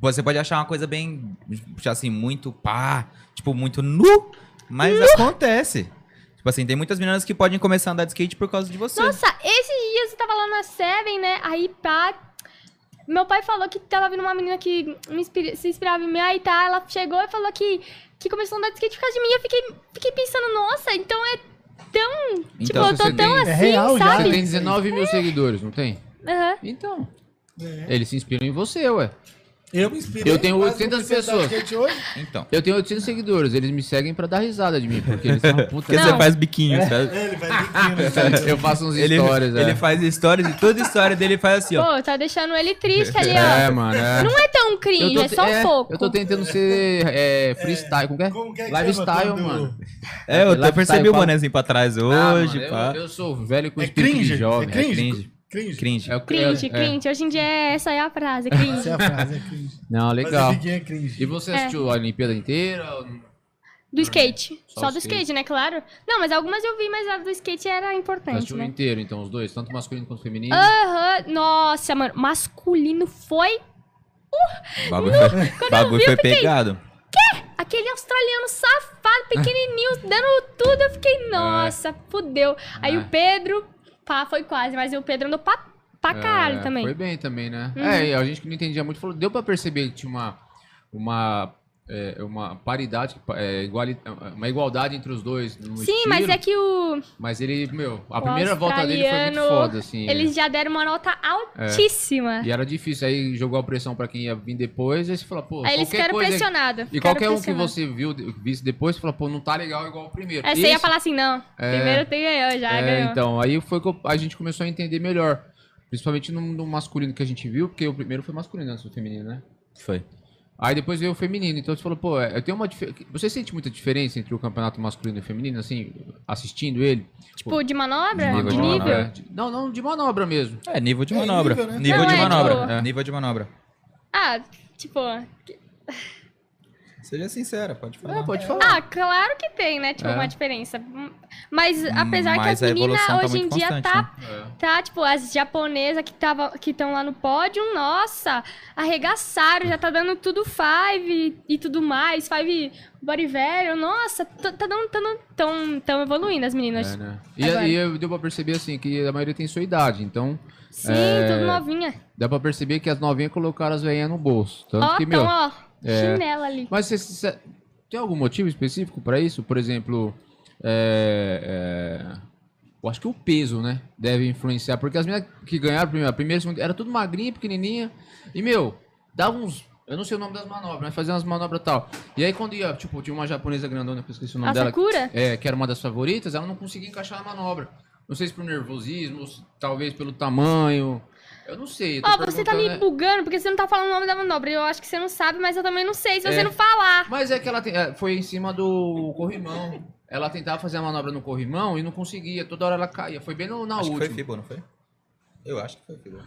S3: Você pode achar uma coisa bem. tipo, assim, muito pá, tipo, muito nu, mas acontece. Tipo assim, tem muitas meninas que podem começar a andar de skate por causa de você.
S4: Nossa, esses dias eu tava lá na Seven, né? Aí pá. Meu pai falou que tava vindo uma menina que me inspira- se inspirava em mim, aí tá, ela chegou e falou que, que começou a andar de skate por causa de mim. Eu fiquei, fiquei pensando, nossa, então é tão. tipo,
S1: Então
S4: eu tô
S1: você
S4: tão
S1: tem-
S4: assim,
S2: É real já,
S1: Você
S4: sabe?
S1: tem 19 mil seguidores, não tem?
S4: Aham.
S1: Então.
S2: É.
S1: Eles se inspiram em você, ué.
S2: Eu me inspirei. um
S1: Eu tenho
S2: quase
S1: 80
S2: no percentual
S1: pessoas.
S2: de skate hoje.
S3: Então.
S1: Eu tenho 800 seguidores, eles me seguem pra dar risada de mim, porque eles são puta.
S3: Porque
S4: Não.
S3: você faz biquinho, sabe?
S2: É, ele vai biquinho, né?
S1: Eu faço uns
S3: Ele,
S1: stories, é.
S3: ele faz stories e toda história dele faz assim, ó.
S4: Pô, tá deixando ele triste ali,
S1: É,
S4: ó.
S1: mano. É.
S4: Não é tão cringe, é
S1: te-
S4: só um
S1: é,
S4: pouco.
S1: Eu tô tentando ser é, freestyle, como que é?
S2: Como que é que
S1: Lifestyle,
S2: chama quando-
S1: mano.
S3: É, eu
S1: Lifestyle,
S3: tô percebi o
S1: fala.
S3: bonézinho pra trás
S1: Ah,
S3: hoje,
S1: mano, eu-
S3: pá.
S1: Eu, sou velho com
S3: Tipo,
S2: É
S1: espírito de
S2: cringe?
S1: jovem.
S2: É cringe?
S3: cringe.
S2: Cringe.
S3: Cringe.
S1: É o-
S4: Cringe,
S1: é-
S4: cringe. Hoje em dia é- essa é a frase,
S2: Essa é
S4: cringe.
S2: a frase, é cringe.
S1: Não,
S2: Mas
S1: legal.
S2: o biquinho é cringe.
S1: E você assistiu a Olimpíada inteira? ou não?
S4: Do skate.
S1: Só
S4: Só,
S1: o
S4: do
S1: skate.
S4: skate. né? Claro. Não, mas algumas eu vi, mas a do skate era
S1: Você
S4: importante,
S1: assistiu
S4: né?
S1: inteiro, então, os dois, tanto masculino quanto feminino.
S4: Aham. Nossa, mano. Masculino foi.
S3: O bagulho foi, bagulho
S4: vi,
S3: foi
S4: eu fiquei-
S3: pegado.
S4: Aquele australiano
S1: Ah.
S4: safado, pequenininho, dando tudo. Eu fiquei, nossa, fudeu. Aí
S1: É.
S4: o Pedro, pá, foi quase. Mas o Pedro andou pra, pra caralho
S1: É,
S4: também. Uhum.
S1: Foi bem também, né? É, e a gente que não entendia muito falou, deu pra perceber que tinha uma, uma é, uma paridade, é, iguali- uma igualdade entre os dois. No
S4: Sim, mas
S1: estilo,
S4: é que o,
S1: Mas ele, meu, a
S4: O
S1: primeira volta dele foi muito
S4: australiano,
S1: foda, assim.
S4: eles já deram uma nota altíssima.
S1: É. E era difícil, aí jogou a pressão pra quem ia vir depois, aí você fala, pô,
S4: Aí eles
S1: qualquer
S4: ficaram
S1: coisa...
S4: pressionados.
S1: E qualquer um que você viu, visse depois, você fala, pô, não tá legal igual o primeiro.
S4: É, né? você ia
S1: Esse-
S4: falar assim, não. Primeiro tem ganhou, já
S1: É,
S4: ganhou.
S1: então, aí foi que eu- a gente começou a entender melhor. Principalmente no, no masculino que a gente viu, porque o primeiro foi masculino antes do feminino, né?
S3: Foi.
S1: Aí depois veio o feminino, então você falou, pô, é, eu tenho uma dife- Você sente muita diferença entre o campeonato masculino e feminino, assim, assistindo ele?
S4: Tipo, de manobra?
S3: Nível
S4: De
S3: de manobra,
S4: nível?
S1: é, de- Não, não, de manobra mesmo.
S3: É, nível de
S2: É,
S3: manobra.
S2: nível, né?
S3: Nível
S4: Não,
S3: de
S4: é,
S3: manobra.
S4: tipo-
S3: É, Nível de manobra.
S4: Ah, tipo.
S3: Seja sincera, pode falar.
S1: É, pode falar.
S4: Ah, claro que tem, né? Tipo,
S1: É.
S4: uma diferença. Mas apesar que
S3: Mas
S4: as
S3: a
S4: meninas
S3: evolução tá
S4: hoje em
S3: muito
S4: dia
S3: constante,
S4: tá
S3: né?
S1: É.
S4: Tá, tipo, as japonesas que estavam que estão lá no pódio, nossa, arregaçaram, já tá dando tudo five e tudo mais, five body velho, nossa, tá tá dando, tá dando- tão, tão evoluindo as meninas.
S1: É, né? E,
S4: Agora.
S1: e eu- deu pra perceber, assim, que a maioria tem sua idade, então
S4: Sim, tudo novinha.
S1: dá pra perceber que as novinhas colocaram as veinhas no bolso. Tanto
S4: Ó,
S1: que,
S4: tão,
S1: meu,
S4: ó,
S1: é.
S4: chinela ali.
S1: Mas você, você- tem algum motivo específico pra isso? Por exemplo, é, é, eu acho que o peso, né? Deve influenciar. Porque as meninas que ganharam a primeira, a primeira, a segunda, era tudo magrinha, pequenininha. E, meu, dava uns. Eu não sei o nome das manobras, mas fazia umas manobras e tal. E aí, quando ia, tipo, tinha uma japonesa grandona, que eu esqueci o nome
S4: A
S1: dela.
S4: Sakura?
S1: É, que era uma das favoritas, ela não conseguia encaixar a manobra. Não sei se por nervosismo, se- talvez pelo tamanho. Eu não sei. eu tô
S4: Ó, você tá me
S1: perguntando, né?
S4: bugando porque você não tá falando o nome da manobra. Eu acho que você não sabe, mas eu também não sei se
S1: É.
S4: você não falar.
S1: Mas é que ela tem- é, foi em cima do corrimão. Ela tentava fazer a manobra no corrimão e não conseguia. Toda hora ela caía. Foi bem no, na
S3: Acho que foi
S1: última.
S3: Fibo, não foi? Eu acho que foi Fibo.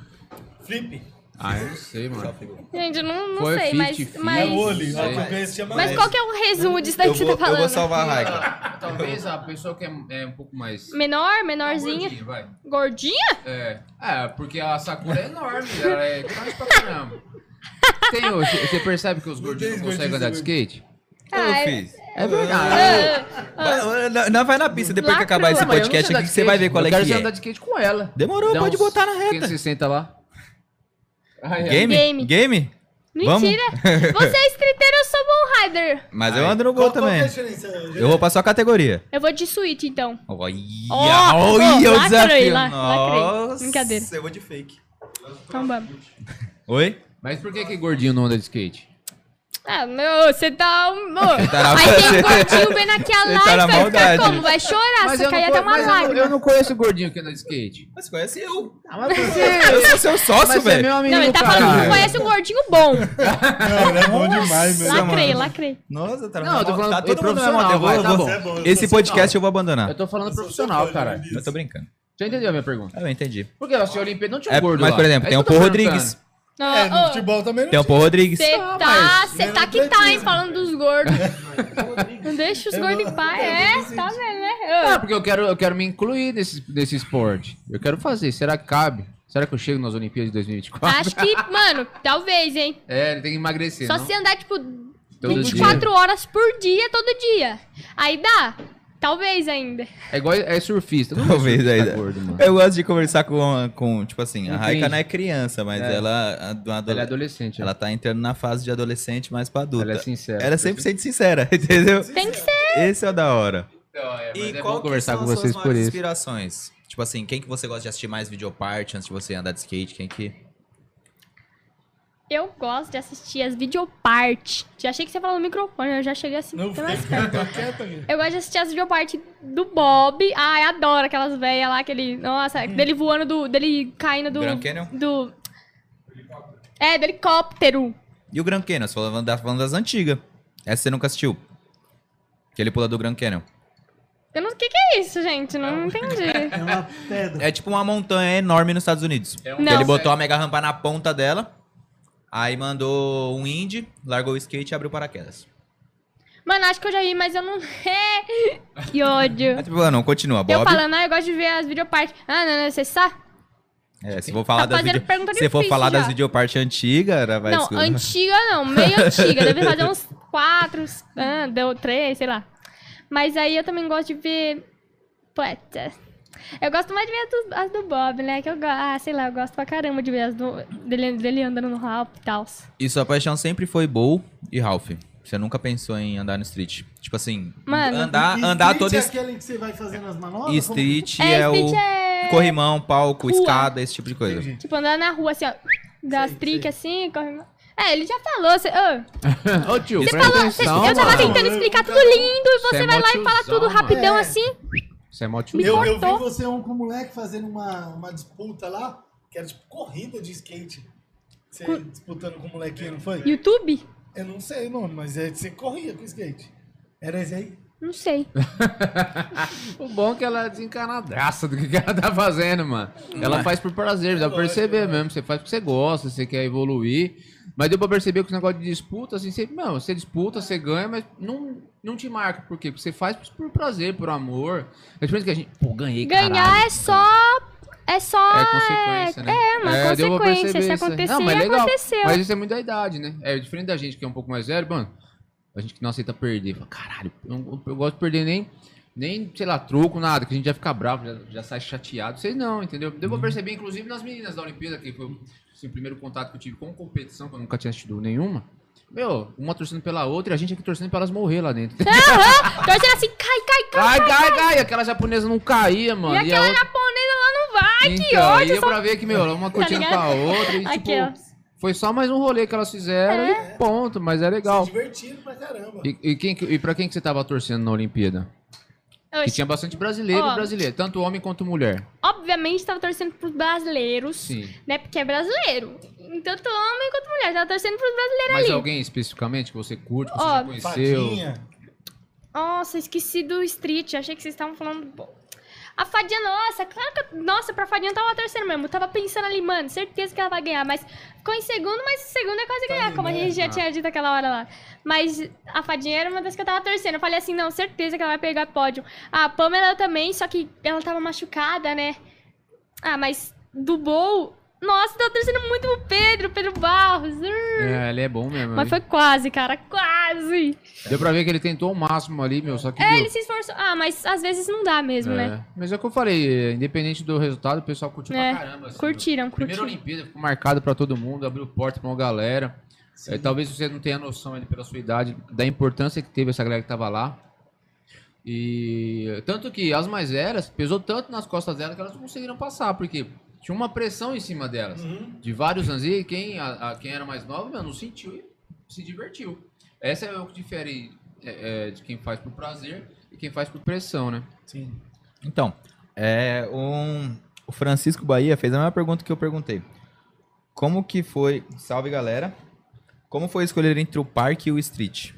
S2: Flip.
S1: ah, eu não sei,
S3: Só
S1: mano.
S3: Fibo.
S4: Gente, eu não, não
S1: Foi
S4: sei,
S1: 50-50.
S4: mas.
S2: É
S4: mas...
S2: o olho.
S1: Sei.
S2: ó, que ganha se chama
S4: mas
S2: olho.
S4: qual que é o resumo disso daí
S3: Eu
S4: que você
S3: vou,
S4: tá falando?
S3: eu vou salvar a Raika.
S1: Talvez a pessoa que é, é um pouco mais.
S4: Menor, menorzinha.
S1: gordinha, vai.
S4: Gordinha?
S1: É. é, porque a Sakura é enorme. Ela é grande pra caramba. Tem, o- você percebe que os
S2: Não
S1: gordinhos
S2: tem
S1: não conseguem
S2: gordinho,
S1: andar de
S2: não.
S1: skate?
S3: Eu
S4: Ah, é-
S3: fiz.
S1: É verdade.
S4: Ah,
S3: Vai- Não, não vai na pista depois que
S4: Lacrou.
S3: acabar esse
S1: Não, mas eu não sei
S3: podcast
S1: andar
S3: aqui
S1: de
S3: que você vai ver
S1: skate.
S3: qual é
S1: eu quero
S3: que
S1: você andar
S3: é.
S1: de skate com ela.
S3: Demorou,
S1: Dá
S3: pode
S1: uns
S3: botar na reta.
S1: 560 lá. Ai, ai.
S3: Game?
S4: Game.
S3: Game? Vamos?
S4: Mentira! Você é streeter, eu sou bom rider.
S3: Mas
S1: Ai.
S3: eu ando no
S2: Qual-
S3: gol
S2: qual que
S3: também.
S2: é a diferença?
S3: Eu vou pra sua categoria.
S4: Eu vou de suíte, então.
S3: Olha,
S4: Ó,
S3: olha
S4: ó,
S3: o
S4: lacrei,
S3: desafio.
S4: la- lacrei.
S3: Nossa,
S4: Brincadeira.
S3: Eu vou de fake.
S4: Então vamos.
S3: Oi?
S1: Mas por que, que gordinho não anda de skate?
S4: Ah, meu, você tá. um- ô.
S3: tá na-
S4: Aí tem um gordinho vendo aqui a
S3: Você
S4: live,
S3: tá na
S4: vai ficar
S3: maldade.
S4: como? Vai chorar,
S1: Mas eu
S4: se
S1: não
S4: cair
S1: co-
S4: até uma
S1: mas eu não-
S4: lágrima.
S1: Eu não conheço o gordinho que anda de skate.
S3: Mas é conhece eu.
S1: Ah, mas
S3: Eu
S1: você.
S3: sou seu sócio,
S1: é
S3: velho.
S1: meu amigo.
S4: Não, ele tá falando que conhece um gordinho bom.
S2: Não, ele é bom demais, meu.
S3: Nossa,
S4: Lacrei,
S3: mano.
S4: lacrei.
S3: Nossa, tá,
S1: Não, eu tô
S3: tá
S1: falando- é
S3: todo mundo na
S1: profissional,
S3: moto. Eu vou,
S1: vai,
S3: eu
S1: tá
S3: vou-
S1: bom.
S2: Você é bom, eu
S3: Esse
S2: sou
S3: podcast eu vou abandonar.
S1: Eu tô falando
S2: sou
S1: profissional,
S2: seu fã,
S1: cara.
S2: Vinícius.
S3: Eu tô brincando.
S1: Você entendeu a minha pergunta?
S3: Ah, eu entendi.
S1: Porque assim, a Olimpíada não tinha um
S3: É,
S1: gordo
S3: mas,
S1: lá.
S3: por exemplo,
S1: É
S3: tem
S1: isso
S3: o
S1: que eu tô
S3: Paul Rodrigues.
S4: Não,
S2: É, no
S4: ô,
S2: futebol também não
S3: Tem um o Paul Rodrigues.
S4: Você
S1: Não,
S4: tá,
S1: mas
S4: você tá
S2: menos
S4: que tá, hein,
S2: atletismo.
S4: falando dos gordos. Não deixa os
S2: Eu
S4: gordos
S2: não-
S4: em paz. É, tá vendo, né?
S1: Ah,
S4: Ô,
S1: porque eu quero, eu quero me incluir nesse, nesse esporte. Eu quero fazer. Será que cabe? Será que eu chego nas Olimpíadas de 2024?
S4: Acho que, mano, talvez, hein?
S1: É, ele tem que emagrecer,
S4: Só
S1: não?
S4: se andar, tipo,
S1: Todo
S4: 24
S1: dia.
S4: horas por dia, todo dia. Aí dá. Talvez ainda.
S1: É igual é surfista. Não
S3: Talvez
S1: é
S3: aí.
S1: surfista gordo, mano.
S3: Eu gosto de conversar com, com tipo assim, a
S1: Entende.
S3: Raika não é criança, mas
S1: É.
S3: ela, a- do-
S1: Ela é
S3: ado-
S1: adolescente.
S3: ela tá entrando na fase de adolescente mais pra adulta.
S1: Ela é sincera.
S3: Ela é 100% sincera, entendeu?
S4: Tem que ser.
S3: Esse é o da hora.
S1: Então, é, mas
S3: E
S1: é
S3: qual
S1: bom
S3: que
S1: conversar
S3: são
S1: com
S3: as suas
S1: vocês por
S3: maiores
S1: isso.
S3: inspirações? Tipo assim, quem que você gosta de assistir mais videopart antes de você andar de skate? Quem que...
S4: Eu gosto de assistir as videopart. Já achei que você falou no microfone, eu já cheguei assim.
S2: Não
S4: até mais
S2: fica
S4: perto.
S2: tá quieto aqui.
S4: Eu gosto de assistir as videopart do Bob. Ai, adoro aquelas velhas lá, aquele. Nossa, dele voando do. dele caindo do.
S3: Hum. Grand Canyon?
S4: Do. É, do helicóptero.
S3: E o Grand Canyon? Você falou- tá falando das antigas. Essa você nunca assistiu. Que ele pula do Grand Canyon.
S4: Eu não. O que, que é isso, gente? Não entendi.
S2: É uma pedra.
S3: É tipo uma montanha enorme nos Estados Unidos.
S1: É um-
S3: Que
S4: Não.
S3: Ele botou a mega rampa na ponta dela, aí mandou um indie, largou o skate e abriu o paraquedas.
S4: Mano, acho que eu já vi, mas eu não. que ódio.
S3: Mas, tipo, não, continua, Bob.
S4: Eu falando, ah, eu gosto de ver as videopartes. Ah, não, não, você sabe?
S3: É, se for falar
S4: Tá
S3: das
S4: fazendo
S3: video...
S4: pergunta
S3: Se for
S4: difícil
S3: falar das
S4: já.
S3: videopartes antigas, ela vai
S4: não,
S3: escutar.
S4: antiga não, meio antiga. Deve fazer uns quatro, uns- ah, deu três, sei lá. Mas aí eu também gosto de ver. Poeta. Eu gosto mais de ver as do, as do Bob, né? Que eu gosto. Ah, sei lá, eu gosto pra caramba de ver as do, dele, dele andando no Ralph e tal.
S3: E sua paixão sempre foi Bull e Ralph. Você nunca pensou em andar no street? Tipo assim,
S4: Mano.
S3: andar,
S2: E
S3: andar
S2: street
S3: todo
S2: é
S3: es-
S2: aquele que você vai fazendo as manobras?
S3: street
S4: É,
S3: é,
S4: street
S3: o
S4: é-
S3: corrimão, palco,
S4: Rua.
S3: escada, esse tipo de
S2: Como...
S3: coisa.
S2: Entendi.
S4: Tipo, andar na rua assim, ó. Das
S2: Sei,
S4: tricas assim, corre. É, ele já falou. Você, ô,
S1: Ô tio,
S3: Você
S1: presta
S3: falou-
S1: atenção.
S4: eu tava
S1: mano.
S4: tentando explicar tudo lindo e
S1: Você
S4: você
S1: é
S4: vai lá e fala
S1: motiozão,
S4: tudo rapidão
S2: mano. É.
S4: assim.
S1: Você é mó tio.
S4: Me
S2: Eu, eu vi
S4: cortou.
S2: você um com o moleque fazendo uma, uma disputa lá, que era tipo corrida de skate. Você disputando com o molequinho, não
S1: É.
S2: foi?
S4: YouTube?
S2: Eu não sei o nome, mas é, você corria com skate. Era esse aí?
S4: Não sei.
S1: O bom é que ela é desencanadaça do que que ela tá fazendo, mano. Ela faz por prazer, dá pra perceber mesmo. Você faz porque você gosta, você quer evoluir. Mas deu pra perceber que esse negócio de disputa, assim, você, não, você disputa, você ganha, mas não, não te marca. Por quê? Porque você faz por prazer, por amor. É diferente que a gente. Pô, ganhei,
S4: Ganhar
S1: caralho.
S4: é só. É só.
S1: É consequência, né?
S4: é uma
S1: deu pra
S4: consequência.
S1: perceber
S4: Se
S1: isso aí.
S4: acontecer,
S1: mas
S4: aconteceu.
S1: Mas isso é muito da idade, né? É diferente da gente que é um pouco mais velho, mano. A gente que não aceita perder. Fala, caralho, eu, não- eu gosto de perder nem, nem, sei lá, troco, nada, que a gente já fica bravo, já, já sai chateado. Vocês não, entendeu? Deu pra
S4: Uhum.
S1: perceber, inclusive, nas meninas da Olimpíada, que foi assim, o primeiro contato que eu tive com competição, que eu nunca tinha assistido nenhuma. Meu, uma torcendo pela outra e a gente aqui torcendo pra elas morrer lá dentro.
S4: Então era assim, cai, cai,
S1: Cai,
S4: cai.
S1: cai, cai! Aquela japonesa não caía, mano.
S4: e
S1: a
S4: aquela
S1: outra-
S4: japonesa lá não vai. que
S1: então,
S4: ódio, Tá
S1: E deu pra ver que, meu, uma curtindo com
S4: ligado?
S1: a outra. E,
S4: Aqui,
S1: tipo, foi só mais um rolê que elas fizeram e ponto, mas é legal.
S2: Se divertindo pra caramba.
S1: E, e, quem, que- e pra quem que você tava torcendo na Olimpíada?
S4: ó. Então,
S1: Que tinha bastante brasileiro
S4: Ó.
S1: e brasileiro, tanto homem quanto mulher.
S4: Obviamente tava torcendo pros brasileiros.
S1: Sim.
S4: Né? Porque é brasileiro. Então, Tanto homem quanto mulher. Tava torcendo pros brasileiros.
S1: Mas alguém especificamente que você curte, que você
S4: Ó.
S1: já conheceu?
S2: Fadinha.
S4: Nossa, esqueci do street. Achei que vocês estavam falando. Bom, A fadinha, nossa, claro que. Nossa, pra fadinha eu tava torcendo mesmo. Eu tava pensando ali, mano, certeza que ela vai ganhar. Mas ficou em segundo, mas segundo é quase ganhar,
S2: ali,
S4: como a
S2: né?
S4: gente já
S1: Ah.
S4: tinha dito aquela hora lá. Mas a fadinha era uma das que eu tava torcendo. Eu falei assim, não, certeza que ela vai pegar pódio. A Pamela também, só que ela tava machucada, né? Ah, mas do Bol. Nossa, tava torcendo muito pro Pedro, Pedro Barros. Urr.
S1: É, ele é bom mesmo.
S4: Mas
S1: hein?
S4: foi quase, cara, quase.
S1: Deu pra ver que ele tentou o máximo ali, meu, só que.
S4: É,
S1: meu,
S4: ele se esforçou. Ah, mas às vezes não dá mesmo, né?
S1: é. Mas é o que eu falei, independente do resultado, o pessoal curtiu
S4: É,
S1: pra caramba. assim,
S4: Curtiram,
S1: meu. Primeira
S4: curtiram.
S1: Olimpíada ficou marcado pra todo mundo, abriu porta pra uma galera. É, talvez você não tenha noção ainda pela sua idade da importância que teve essa galera que tava lá. E tanto que as mais velhas pesou tanto nas costas delas que elas não conseguiram passar, porque tinha uma pressão em cima delas.
S2: Uhum.
S1: De vários anos. E quem, a- a- quem era mais nova, meu, não sentiu e se divertiu. Essa é o que difere é, é, de quem faz por prazer e quem faz por pressão, né?
S2: Sim.
S3: Então, é, um- o Francisco Bahia fez a mesma pergunta que eu perguntei. Como que foi... Salve, galera. Como foi escolher entre o parque e o street?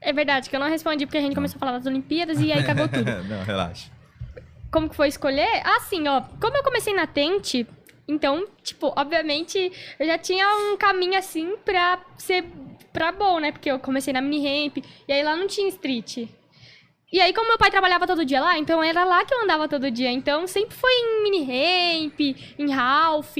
S4: É verdade, que eu não respondi porque a gente começou a falar das Olimpíadas e aí cagou tudo.
S3: Não, relaxa.
S4: Como que foi escolher? Ah, sim, ó. Como eu comecei na Tente, então, tipo, obviamente, eu já tinha um caminho assim pra ser pra bom, né? Porque eu comecei na mini ramp, e aí lá não tinha street. E aí, como meu pai trabalhava todo dia lá, então era lá que eu andava todo dia. Então, sempre foi em mini ramp, em half.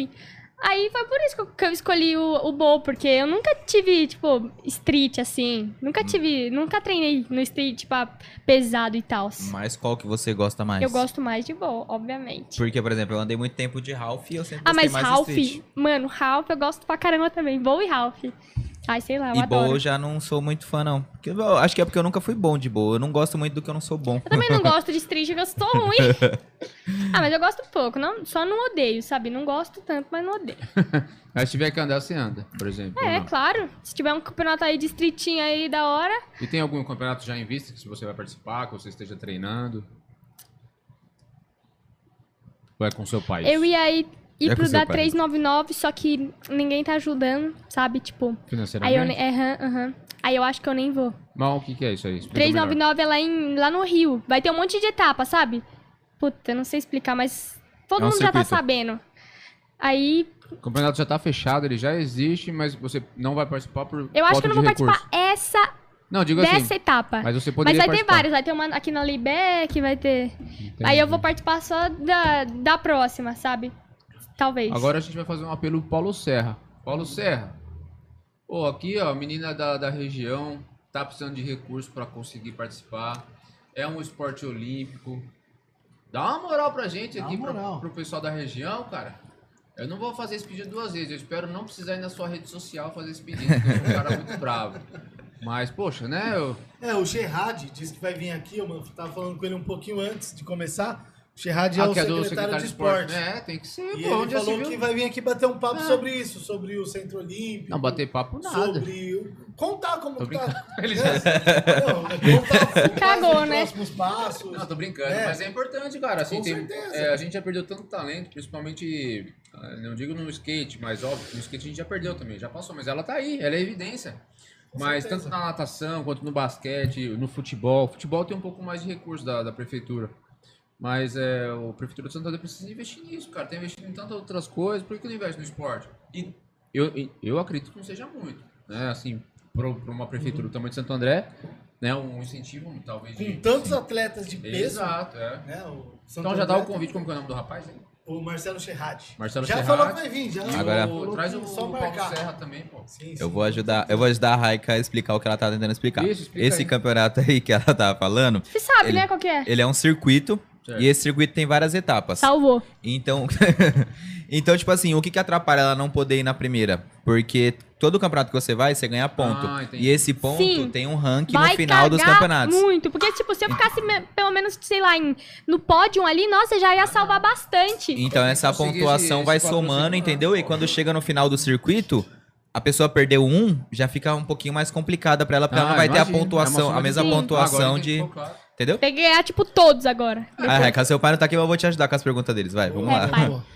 S4: Aí foi por isso que eu- que eu escolhi o, o bowl, porque eu nunca tive, tipo, street, assim. Nunca tive, nunca treinei no street, tipo, ah, pesado e tal.
S3: Mas qual que você gosta mais?
S4: Eu gosto mais de bowl, obviamente.
S3: Porque, por exemplo, eu andei muito tempo de Ralph e eu sempre
S4: Ah,
S3: gostei
S4: mas
S3: mais
S4: Ralph,
S3: do street.
S4: mano, Ralph eu gosto pra caramba também. Boa e Ralph. Ai, sei lá, eu
S3: e
S4: adoro.
S3: boa eu já não sou muito fã, não. Porque eu acho que é porque eu nunca fui bom de boa. Eu não gosto muito do que eu não sou bom.
S4: Eu também não gosto de street, porque eu sou ruim. ah, mas eu gosto pouco. Não, só não odeio, sabe? Não gosto tanto, mas não odeio.
S1: Aí se tiver que andar, você anda, por exemplo.
S4: É,
S1: ou não?
S4: claro. Se tiver um campeonato aí de streetinho aí da hora.
S1: E tem algum campeonato já em vista que você vai participar, que você esteja treinando? Ou é com seu pai?
S4: Eu ia ir, ir
S3: É com
S4: pro
S3: seu
S4: da
S3: pai.
S4: 399, só que ninguém tá ajudando, sabe? Tipo. Aí eu,
S1: Financeiramente?
S4: ne- é, aham, aham. aí eu acho que eu nem vou.
S1: Mal, o que, que é isso aí? Explica melhor.
S4: 399 é lá, em, lá no Rio. Vai ter um monte de etapa, sabe? Puta, eu não sei explicar, mas todo
S3: É um
S4: mundo já tá
S3: circuito.
S4: sabendo. Aí,
S1: O campeonato já tá fechado, ele já existe, mas você não vai participar por
S4: eu acho
S1: falta
S4: que eu não vou
S1: de recurso.
S4: participar essa,
S1: Não, digo
S4: dessa
S1: assim,
S4: etapa. Mas,
S1: mas você poderia
S4: vai ter
S1: participar.
S4: várias. Vai ter uma aqui na Libec, vai ter...
S1: Entendi.
S4: Aí eu vou participar só da, da próxima, sabe? Talvez.
S1: Agora a gente vai fazer um apelo pro Paulo Serra. Paulo Serra, ô, aqui, ó, menina da, da região, tá precisando de recurso pra conseguir participar. É um esporte olímpico. Dá uma moral pra gente
S2: Dá
S1: aqui,
S2: uma
S1: pro-
S2: moral.
S1: pro pessoal da região, cara. Eu não vou fazer esse pedido duas vezes. Eu espero não precisar ir na sua rede social fazer esse pedido, porque eu sou um cara muito bravo. Mas, poxa, né? Eu...
S2: É, o Gerard disse que vai vir aqui, eu tava falando com ele um pouquinho antes de começar. O Gerard é
S1: Ah,
S2: o
S1: que é
S2: secretário,
S1: do
S2: de esporte.
S1: É, tem que ser.
S2: E
S1: pô,
S2: ele
S1: onde já se
S2: falou
S1: viu?
S2: que vai vir aqui bater um papo
S1: É.
S2: sobre isso, sobre o Centro Olímpico.
S1: Não, bater papo nada.
S2: Sobre o- contar como
S1: Tô
S2: que tá.
S1: Ele
S2: É, não, é contar os
S4: Cagou,
S2: passos, os
S4: né?
S2: próximos passos.
S1: Não, tô brincando,
S2: É.
S1: mas é importante, cara. Assim,
S2: Com
S1: tem-
S2: certeza.
S1: é, a gente já perdeu tanto talento, principalmente, ah, não digo no skate, mas óbvio, no skate a gente já perdeu também, já passou, mas ela tá aí, ela é evidência.
S2: Com
S1: mas tanto
S2: certeza.
S1: na natação quanto no basquete, no futebol. Futebol tem um pouco mais de recurso da, da prefeitura. Mas é, o Prefeitura de Santo André precisa investir nisso, cara. Tem investido em tantas outras coisas, por que que não investe no esporte? E eu, e- eu acredito que não seja muito, né? Assim, para uma prefeitura
S2: Uhum.
S1: do tamanho de Santo André, né? Um incentivo, talvez. de-
S2: Com tantos atletas de peso.
S1: Exato, é.
S2: né, o Santo
S1: Então já dá o
S2: André,
S1: convite, como que é o nome do rapaz? hein?
S2: O Marcelo Ferrari.
S1: Marcelo
S2: já
S1: Ferrari.
S2: falou que vai vir, já.
S3: Agora-
S1: Pô, traz o,
S2: só
S1: o Paulo
S2: marcar.
S1: Serra também, pô.
S2: Sim, sim.
S3: Eu vou ajudar, eu vou ajudar a Raika a explicar o que ela tá tentando explicar.
S1: Isso, explica
S3: Esse
S1: aí.
S3: campeonato aí que ela tá falando,
S4: Você sabe,
S3: Ele-
S4: né, qual que é?
S3: ele é um circuito
S1: Certo.
S3: e esse circuito tem várias etapas.
S4: Salvou.
S3: Então, então tipo assim, o que que atrapalha ela não poder ir na primeira? Porque todo campeonato que você vai, você ganha ponto.
S1: Ah, entendi.
S3: e esse ponto
S4: Sim.
S3: tem um ranking
S4: Vai
S3: no final dos
S4: cagar
S3: campeonatos.
S4: muito. Porque, tipo, se eu ficasse me- pelo menos, sei lá, em- no pódio ali, nossa, já ia salvar bastante.
S3: Então essa
S1: conseguir esse-
S3: pontuação
S1: esse
S3: vai
S1: quatro,
S3: somando,
S1: cinco,
S3: entendeu?
S1: né?
S3: E quando chega no final do circuito, a pessoa perdeu um, já fica um pouquinho mais complicada pra ela, porque
S1: Ah,
S3: ela não vai
S1: é
S3: ter a pontuação, a mesma
S4: Sim.
S3: pontuação de, entendeu?
S4: Tem que ganhar, tipo, todos agora.
S3: Ah, Raika, seu pai não tá aqui, mas eu vou te ajudar com as perguntas deles, vai, vamos
S4: É,
S3: lá.
S4: pai.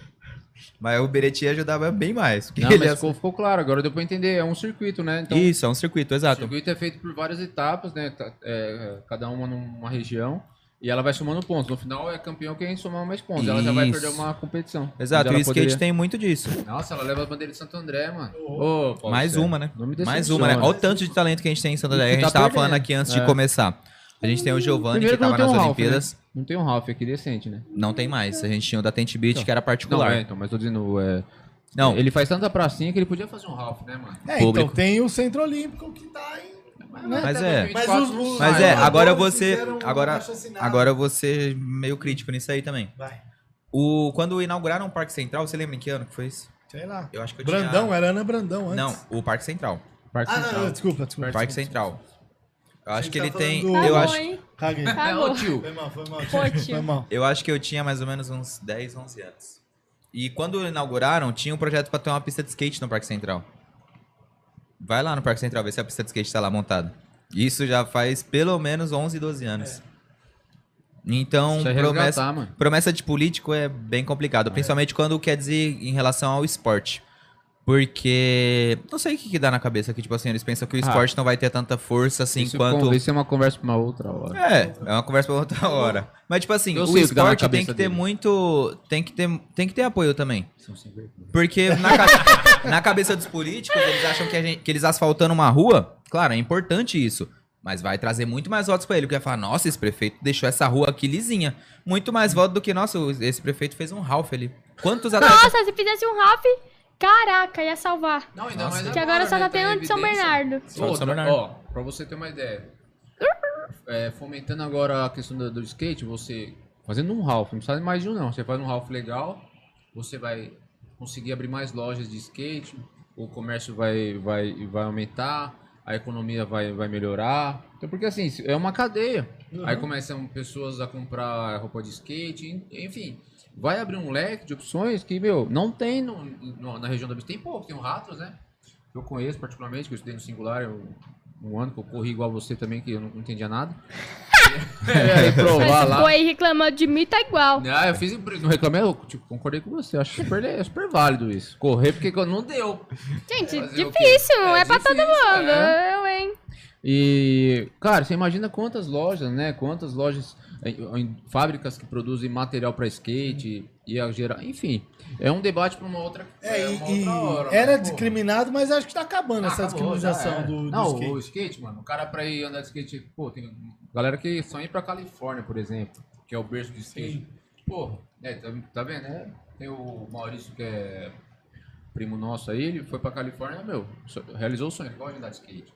S3: Mas o Beretti ajudava bem mais. porque
S1: Não,
S3: ele
S1: mas
S3: é-
S1: ficou, ficou claro, agora deu pra entender. É um circuito, né? Então,
S3: Isso, é um circuito,
S1: o
S3: exato.
S1: circuito é feito por várias etapas, né? Tá- é, é, cada uma numa região. E ela vai somando pontos. No final é campeão quem somar mais pontos. Ela já vai
S3: Isso.
S1: perder uma competição.
S3: Exato,
S1: Mas
S3: e o
S1: ela
S3: skate
S1: poderia-
S3: tem muito disso.
S1: Nossa, ela leva a bandeira de Santo André, mano. Ô, Paulo
S3: mais
S1: Sérgio,
S3: uma, né?
S1: não me decepciona.
S3: Mais uma, né? Olha o tanto de talento que a gente tem em Santo André.
S1: E
S3: A
S1: que
S3: gente
S1: tá
S3: tava
S1: perdendo.
S3: falando aqui antes
S1: É.
S3: de começar. A gente tem o Giovanni,
S1: Primeiro que
S3: que
S1: não
S3: tava
S1: tem
S3: nas
S1: um Ralph,
S3: Olimpíadas.
S1: Não tem um Ralph aqui decente, né?
S3: Não tem mais. A gente tinha o da Tente Beach, que era
S1: Não, é,
S3: particular.
S1: então, mas tô dizendo, é,
S3: Não,
S1: Ele faz tanta pracinha que ele podia fazer um Ralph, né, mano?
S2: É,
S3: Público.
S2: então tem o Centro Olímpico que tá em.
S3: Mas
S1: até
S3: é.
S1: 2024
S2: Mas os- né?
S1: não
S2: os-
S1: sai,
S3: mas é,
S1: mano.
S3: agora
S2: Os jogadores
S3: você.
S2: fizeram um
S3: Agora,
S2: raciocinado.
S3: agora eu vou ser meio crítico nisso aí também.
S2: Vai.
S3: O, quando inauguraram o Parque Central, você lembra em que ano que foi isso?
S2: Sei lá.
S3: Eu acho que eu
S2: Brandão,
S3: tinha...
S2: era Ana
S1: é?
S2: Brandão antes.
S3: Não, o Parque Central.
S1: Parque
S2: Ah,
S1: Central.
S2: não, desculpa, desculpa.
S3: O Parque Central. Eu acho
S2: Você
S3: que
S2: tá
S3: ele tem.
S2: falando do-
S3: Eu
S4: Tá
S3: acho,
S4: bom, hein?
S2: Caguei.
S1: É,
S4: Cagou.
S1: ô tio.
S2: Foi mal, foi mal.
S4: Foi, tio.
S2: Foi mal.
S3: Eu acho que eu tinha mais ou menos uns 10, 11 anos. E quando inauguraram, tinha um projeto pra ter uma pista de skate no Parque Central. Vai lá no Parque Central ver se a pista de skate tá lá montada. Isso já faz pelo menos 11, 12 anos.
S2: É.
S3: Então,
S1: Isso é
S3: promessa,
S1: resgatar, mano.
S3: promessa de político é bem complicado, principalmente quando quer dizer em relação ao esporte. Porque não sei o que, que dá na cabeça que tipo assim, eles pensam que o esporte não vai ter tanta força assim
S1: Ah. isso,
S3: quanto
S1: com- isso é uma conversa pra uma outra hora.
S3: é, é uma conversa pra outra hora. Mas, tipo assim,
S1: Eu
S3: o
S1: sei o que dá na
S3: esporte tem
S1: cabeça
S3: que ter
S1: dele.
S3: muito. Tem que ter, tem que ter apoio também.
S1: São sem vergonha.
S3: Porque na, ca- na cabeça dos políticos, eles acham que, a gente- que eles asfaltando uma rua, claro, é importante isso. Mas vai trazer muito mais votos pra ele. Porque vai falar, nossa, esse prefeito deixou essa rua aqui lisinha. Muito mais voto do que, nossa, esse prefeito fez um Ralph ali. Quantos atletas.
S4: Nossa, se fizesse um Ralph, caraca, ia salvar.
S1: Não, ainda
S3: Nossa.
S1: mais
S4: Que agora só
S1: né,
S4: tá tendo
S1: em
S4: de São
S1: evidência.
S4: Bernardo.
S3: Só de São
S1: Outra,
S3: Bernardo.
S1: Ó, pra você ter uma ideia. É, fomentando agora a questão do, do skate, você fazendo um Ralph, não precisa mais de um não. Você faz um Ralph legal, você vai conseguir abrir mais lojas de skate, o comércio vai, vai, vai aumentar, a economia vai, vai melhorar. Então, porque assim, é uma cadeia.
S2: Uhum.
S1: Aí começam pessoas a comprar roupa de skate, enfim. Vai abrir um leque de opções que, meu, não tem no- no- na região da Bis. Tem pouco, tem o Ratos, né? que eu conheço particularmente, que eu estudei no singular, eu, um ano que eu corri igual você também, que eu não entendia nada. é, e provar
S4: Mas
S1: lá.
S4: ficou aí reclamando de mim, tá igual.
S1: Ah, eu fiz, não reclamei, eu tipo, concordei com você, acho super, é super válido isso. Correr porque eu- não deu.
S4: Gente,
S1: Fazer o quê?
S4: difícil, não é, pra todo
S1: difícil,
S4: mundo.
S1: é.
S4: Eu, hein?
S1: E, cara, você imagina quantas lojas, né? Quantas lojas, eh, em- fábricas que produzem material para skate e a gerar. Enfim, é um debate para uma outra.
S2: É, e,
S1: uma
S2: e
S1: outra hora,
S2: era
S1: né, pô?
S2: discriminado, mas acho que tá acabando essa
S1: Ah, Acabou, já é.
S2: discriminação
S1: era.
S2: do, do
S1: Não, o
S2: skate.
S1: skate, mano, o cara pra ir andar de skate, pô, tem galera que só ir pra Califórnia, por exemplo, que é o berço do skate. Pô, é, tá, tá vendo, né? Tem o Maurício que é primo nosso aí, ele foi pra Califórnia, meu, so- realizou o sonho, ele gosta de andar de skate.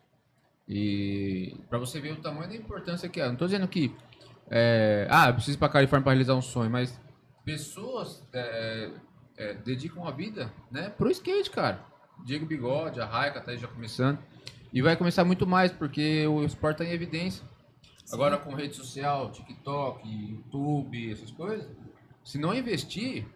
S1: E pra você ver o tamanho da importância que é. Não tô dizendo que, é, ah, eu preciso ir pra Califórnia pra realizar um sonho, mas pessoas é, é, dedicam a vida, né, pro skate, cara. Diego Bigode, a Raika, tá aí já começando. E vai começar muito mais, porque o esporte está em evidência. Agora com rede social, TikTok, YouTube, essas coisas, se não investir,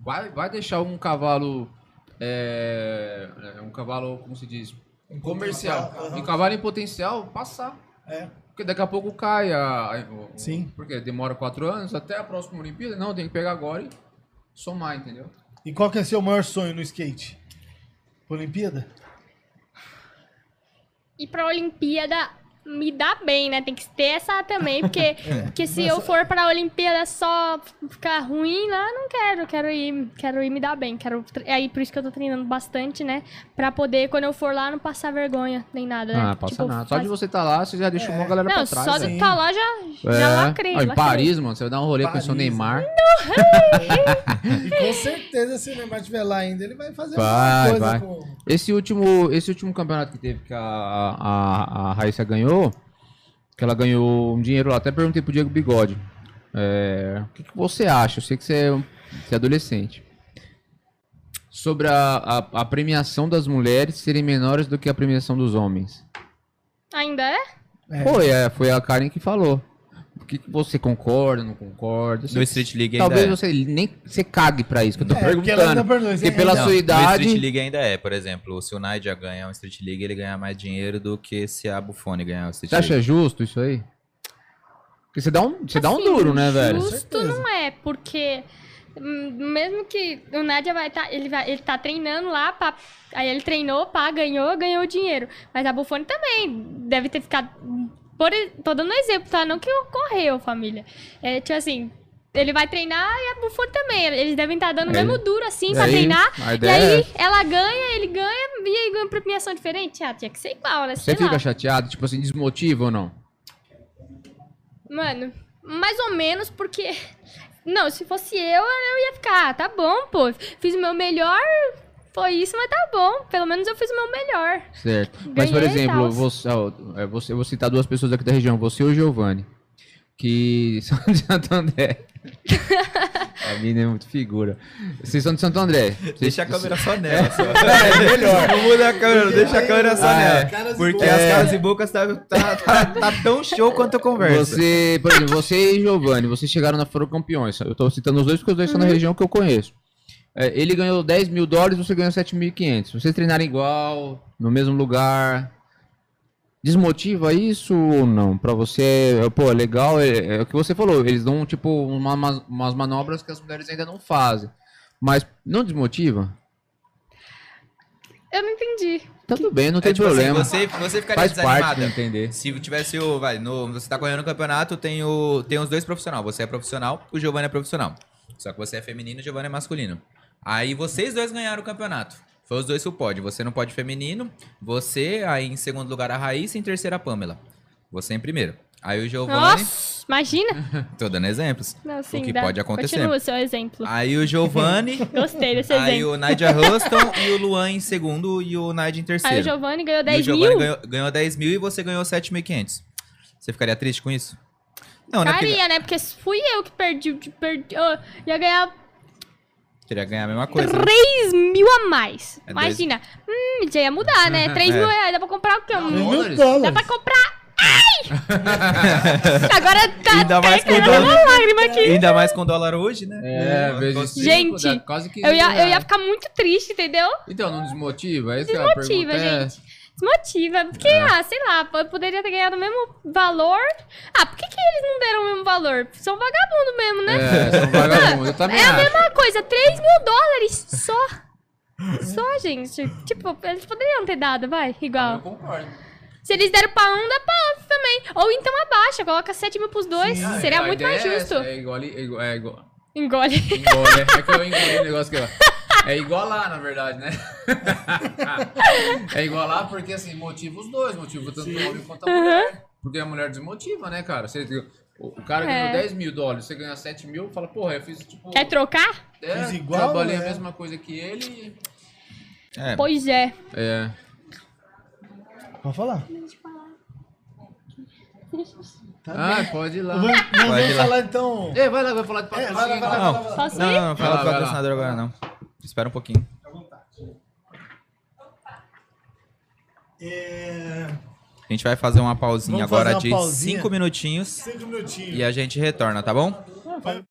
S1: vai, vai deixar um cavalo. é, é, um cavalo, como se diz?
S2: Em
S1: Comercial.
S2: potencial,
S1: Um
S2: aham.
S1: cavalo em potencial passar.
S2: É.
S1: Porque daqui a pouco cai a. a- o-
S2: Sim.
S1: Porque demora quatro anos até a próxima Olimpíada. Não, tem que pegar agora e somar, entendeu?
S2: E qual que é seu maior sonho no skate? Olimpíada?
S4: E pra Olimpíada me dá bem, né? Tem que ter essa também, porque,
S1: É.
S4: porque se eu for pra Olimpíada só ficar ruim lá, não quero. Eu Quero ir, quero ir me dar bem. Quero, tre- é aí por isso que eu tô treinando bastante, né? Pra poder, quando eu for lá, não passar vergonha nem nada, né?
S1: Ah, passa
S4: Tipo,
S1: nada. Só
S4: faz-
S1: de você estar lá, você já deixa uma galera
S4: Não,
S1: pra trás.
S4: só
S1: né?
S4: de
S2: né?
S4: estar lá já, já lacrei.
S1: Ó, É. em
S4: lacrei.
S1: Paris, mano, você vai dar um rolê com o seu
S2: Paris.
S1: Neymar.
S2: E com certeza, se o Neymar estiver lá ainda, ele vai fazer
S1: Vai,
S2: alguma
S1: vai.
S2: coisa com.
S1: Esse último, esse último campeonato que teve que a, a, a Raíssa ganhou, que ela ganhou um dinheiro lá, até perguntei pro Diego Bigode. é, o que, que você acha? Eu sei que você é, um- você é adolescente. Sobre a, a, a premiação das mulheres serem menores do que a premiação dos homens.
S4: Ainda é?
S2: É.
S1: Foi, é, foi a Karen que falou. O que, que você concorda, não concorda? Eu sei
S3: No
S1: que-
S3: Street League ainda
S1: Talvez
S3: é.
S1: você nem você cague pra isso que eu tô
S2: É, porque ela ainda
S1: perguntando.
S2: perguntou,
S1: Porque
S2: assim,
S1: pela
S2: então,
S1: sua
S3: No
S1: idade.
S3: Street League ainda é, por exemplo, se o Naija ganhar um Street League, ele ganha mais dinheiro do que se a Buffone ganhar um Street
S1: Você acha
S3: League.
S1: justo isso aí? Porque você dá um, você dá um
S4: Assim,
S1: duro, né, velho?
S4: Justo
S2: certeza.
S4: não é, porque hum, mesmo que o Nádia vai tá, ele vai, ele tá treinando lá, pá, aí ele treinou, pá, ganhou, ganhou o dinheiro. Mas a Bufone também deve ter ficado. Por, e- tô dando um exemplo, tá? Não que ocorreu, família. É tipo assim. Ele vai treinar e a Bufone também. Eles devem estar dando o
S1: É.
S4: mesmo duro, assim,
S1: E
S4: pra
S1: aí,
S4: treinar.
S1: a
S4: E
S1: ideia é
S4: aí
S1: essa.
S4: ela ganha, ele ganha, e aí ganha uma premiação diferente. Ah, tinha que ser igual, né?
S1: Você
S4: Sei
S1: fica
S4: lá.
S1: chateado, tipo assim, desmotiva ou não?
S4: Mano, mais ou menos porque. Não, se fosse eu, eu ia ficar, ah, tá bom, pô. Fiz o meu melhor, foi isso, mas tá bom. Pelo menos eu fiz o meu melhor.
S1: Certo. Mas, por
S4: Ganhei e
S1: exemplo,
S4: tal.
S1: você, ó, é, você- eu vou citar duas pessoas aqui da região, você e o Giovanni. Que são de Santo André. a mina é muito figura. Vocês são de Santo André. Vocês-
S3: Deixa a câmera só nela. só.
S1: É, melhor.
S3: Não muda a câmera, não deixa a câmera só
S1: Ah, é.
S3: nela.
S2: Caras e
S3: Porque
S2: bocas.
S3: as caras e bocas tá, tá- tá- tá tão show quanto a conversa.
S1: Você, por exemplo, você e Giovanni, vocês chegaram na Foram Campeões. Eu tô citando os dois porque os dois são
S4: Uhum.
S1: na região que eu conheço. É, ele ganhou 10 mil dólares, você ganhou 7.500. Vocês treinaram igual, no mesmo lugar. Desmotiva isso ou não? Pra você, é, pô, legal, é, é o que você falou. Eles dão, tipo, uma- uma- umas manobras que as mulheres ainda não fazem. Mas não desmotiva?
S4: Eu não entendi.
S1: Tá Tudo bem, não tem
S3: É, tipo assim,
S1: problema.
S3: você, você ficaria
S1: Faz parte de
S3: desanimada.
S1: entender.
S3: Se tivesse o. Vai, no, você tá correndo o campeonato, tem, o, tem os dois profissionais. Você é profissional, o Giovanni é profissional. Só que você é feminino e o Giovanni é masculino. Aí vocês dois ganharam o campeonato. Foi os dois que pode. Você não pode feminino, você, aí em segundo lugar a Raíssa e em terceiro a Pamela. Você em primeiro. Aí o Giovanni.
S4: Nossa, imagina.
S3: Tô dando exemplos.
S4: Não, sim,
S3: que
S4: dá.
S3: pode acontecer.
S4: Continua o seu exemplo.
S3: Aí o Giovanni.
S4: Gostei desse
S3: aí
S4: exemplo.
S3: o Nadia Huston e o Luan em segundo e o Nadia em terceiro.
S4: Aí o Giovanni ganhou
S3: E o
S4: 10
S3: Giovanni
S4: mil.
S3: ganhou, né, ganhou 10 mil e você ganhou 7.500. Você ficaria triste com isso? Não, né? Porque
S4: Ficaria, né? Porque fui eu que perdi. de- perdi ó, ia ganhar
S3: teria que ganhar a mesma coisa. né?
S4: 3 mil a mais.
S3: É dois-
S4: Imagina. Hum, já ia mudar, né? 3
S3: É.
S4: mil reais, dá pra comprar o quê? Um-
S2: Três mil
S1: Dólares?
S4: Dá
S2: dólares.
S4: pra comprar. Ai! Agora tá
S3: Ainda mais com
S4: caindo
S3: dólar.
S4: uma lágrima aqui.
S3: Ainda mais com dólar hoje, né?
S1: É, vezes cinco,
S4: Gente,
S1: dá quase que
S4: Eu ia, eu ia ficar muito triste, entendeu?
S1: Então, não desmotiva? É isso
S4: Desmotiva,
S1: que eu ia
S4: gente. Desmotiva. Porque, ah, sei lá, eu poderia ter ganhado o mesmo valor. Ah, por que, que eles não deram o mesmo valor? São vagabundo mesmo, né?
S1: É, são vagabundos. Eu também
S4: É a
S1: acho.
S4: mesma coisa, 3 mil dólares só. Só, gente. Tipo, eles poderiam ter dado, vai, igual.
S1: concordo.
S4: Se eles deram pra um, dá pra outro também. Ou então abaixa, coloca 7 mil pros dois. Seria muito mais justo.
S1: É igual, é igual, é igual,
S4: Engole.
S1: igual, né? É que eu engoli o negócio que eu... É igual lá, na verdade, né? é igual lá porque, assim, motiva os dois. Motiva tanto o homem quanto a mulher. Porque a mulher desmotiva, né, cara? Você, o, o cara ganhou
S4: Uhum. É.
S1: 10 mil dólares, você ganha 7 mil, fala, porra, eu fiz, tipo...
S4: Quer trocar?
S1: é,
S2: Fiz igual,
S1: Trabalhei
S2: né?
S1: a mesma coisa que ele.
S3: É.
S4: Pois é.
S2: Tá
S1: É.
S2: Pode falar.
S1: Ah, pode ir lá.
S2: Vamos, nós
S3: Vai
S2: vamos
S3: lá.
S2: falar então.
S1: Ei, vai lá, vai falar de
S2: É,
S1: patrocínio.
S2: vai lá, vai lá, vai lá,
S3: Não.
S2: vai lá.
S4: Posso
S3: Não,
S4: ir?
S3: não, não fala
S1: Vai lá, vai
S3: do
S1: lá.
S3: patrocinador agora não. Espera um pouquinho.
S2: Fica à vontade. Então tá. É,
S3: A gente vai fazer uma pausinha
S2: Vamos
S3: agora
S2: fazer uma
S3: de
S2: pausinha?
S3: cinco minutinhos
S2: Cinco
S3: e
S2: minutinhos.
S3: a gente retorna, tá bom?
S2: Vai-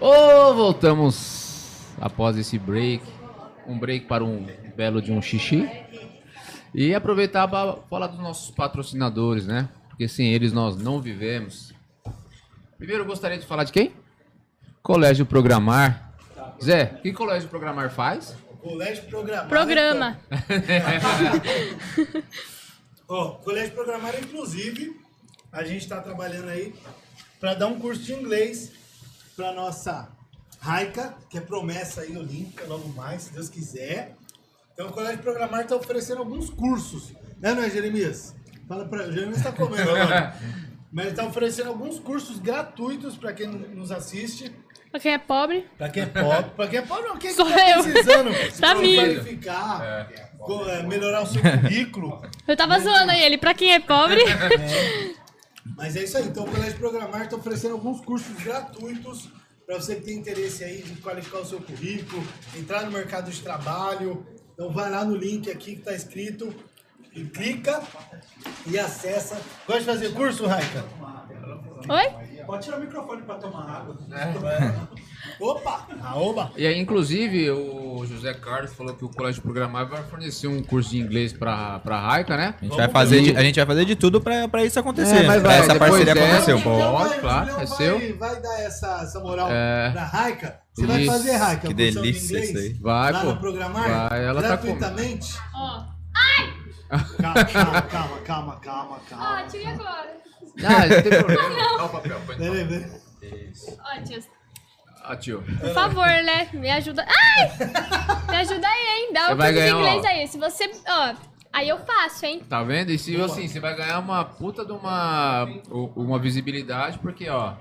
S1: Ô, voltamos após esse break. Um break para um belo de um xixi. E aproveitar para falar dos nossos patrocinadores, né? Porque sem eles nós não vivemos. Primeiro eu gostaria de falar de quem? Colégio Programar. Zé, o que Colégio Programar faz?
S2: Colégio programado.
S4: Programa.
S2: Ó, colégio programado, inclusive, a gente está trabalhando aí para dar um curso de inglês para nossa Raika, que é promessa aí olímpica, logo mais, se Deus quiser. Então, o colégio programar está oferecendo alguns cursos, né, não é, Jeremias? Fala para Jeremias está comendo agora. Mas está oferecendo alguns cursos gratuitos para quem nos assiste.
S4: Pra quem é pobre.
S2: Pra quem é pobre, pra quem é pobre, não, quem
S4: Sou
S2: tá
S4: eu.
S2: precisando
S4: Tá
S2: se
S4: vindo.
S2: qualificar, co- é, melhorar o seu currículo.
S4: Eu tava zoando aí ele. Pra quem é pobre.
S2: Mas é isso aí, então o Colégio Programar está oferecendo alguns cursos gratuitos para você que tem interesse aí de qualificar o seu currículo, entrar no mercado de trabalho. Então vai lá no link aqui que tá escrito e clica e acessa. Gosta de fazer curso, Raika?
S4: Oi?
S5: Pode tirar o microfone para tomar água.
S2: É, Opa!
S1: Ah,
S2: Aoba!
S1: E aí, inclusive, o José Carlos falou que o colégio programável vai fornecer um curso de inglês pra, pra Raica, né?
S3: A gente,
S2: Vamos
S3: vai fazer
S1: ver.
S3: de, a gente vai fazer de tudo pra, pra isso acontecer.
S1: É, mas
S3: pra
S1: vai,
S3: essa
S1: depois
S3: parceria
S1: dessa-
S3: acontecer.
S1: É Seu
S2: Então
S1: bom.
S2: vai-
S1: Pode, claro,
S2: então
S1: é
S2: vai-
S1: seu.
S2: Vai dar essa, essa moral
S1: É.
S2: pra Raica. Você vai
S1: Isso.
S2: fazer, Raica,
S3: Que
S2: a função de
S3: delícia
S2: inglês
S3: isso aí.
S1: Vai,
S2: lá
S1: pô.
S2: no Programar,
S1: Vai, ela tá com-
S2: gratuitamente.
S4: Ó.
S2: Calma, calma, calma, calma, calma, calma.
S4: Ó, tirei agora.
S1: Ah, não tem problema. Dá o papel. põe.
S2: Peraí, peraí.
S4: Ó, tio.
S1: Ah, tio.
S4: Por favor, né? Me ajuda. Ai! Me ajuda aí, hein? Dá
S1: Você
S4: um
S1: vai
S4: curso de
S1: ganhar, ó.
S4: inglês aí. Se você. Ó, aí eu faço, hein?
S1: Tá vendo? E se assim, você vai ganhar uma puta de uma, u- uma visibilidade, porque, ó,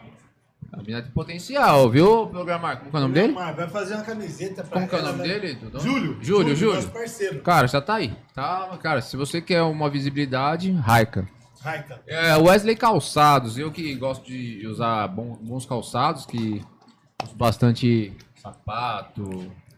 S1: a mina tem potencial, viu, programar? Como que é o nome dele?
S2: Mar, vai fazer uma camiseta pra
S1: Como que é o
S2: ela,
S1: nome
S2: né?
S1: dele? Dudu?
S2: Júlio.
S1: Júlio,
S2: Nosso
S1: Júlio.
S2: parceiro.
S1: Cara, já tá aí. Tá, cara, se você quer uma visibilidade, Raika.
S2: Raica.
S1: É, Wesley Calçados, eu que gosto de usar bom- bons calçados, que uso bastante sapato,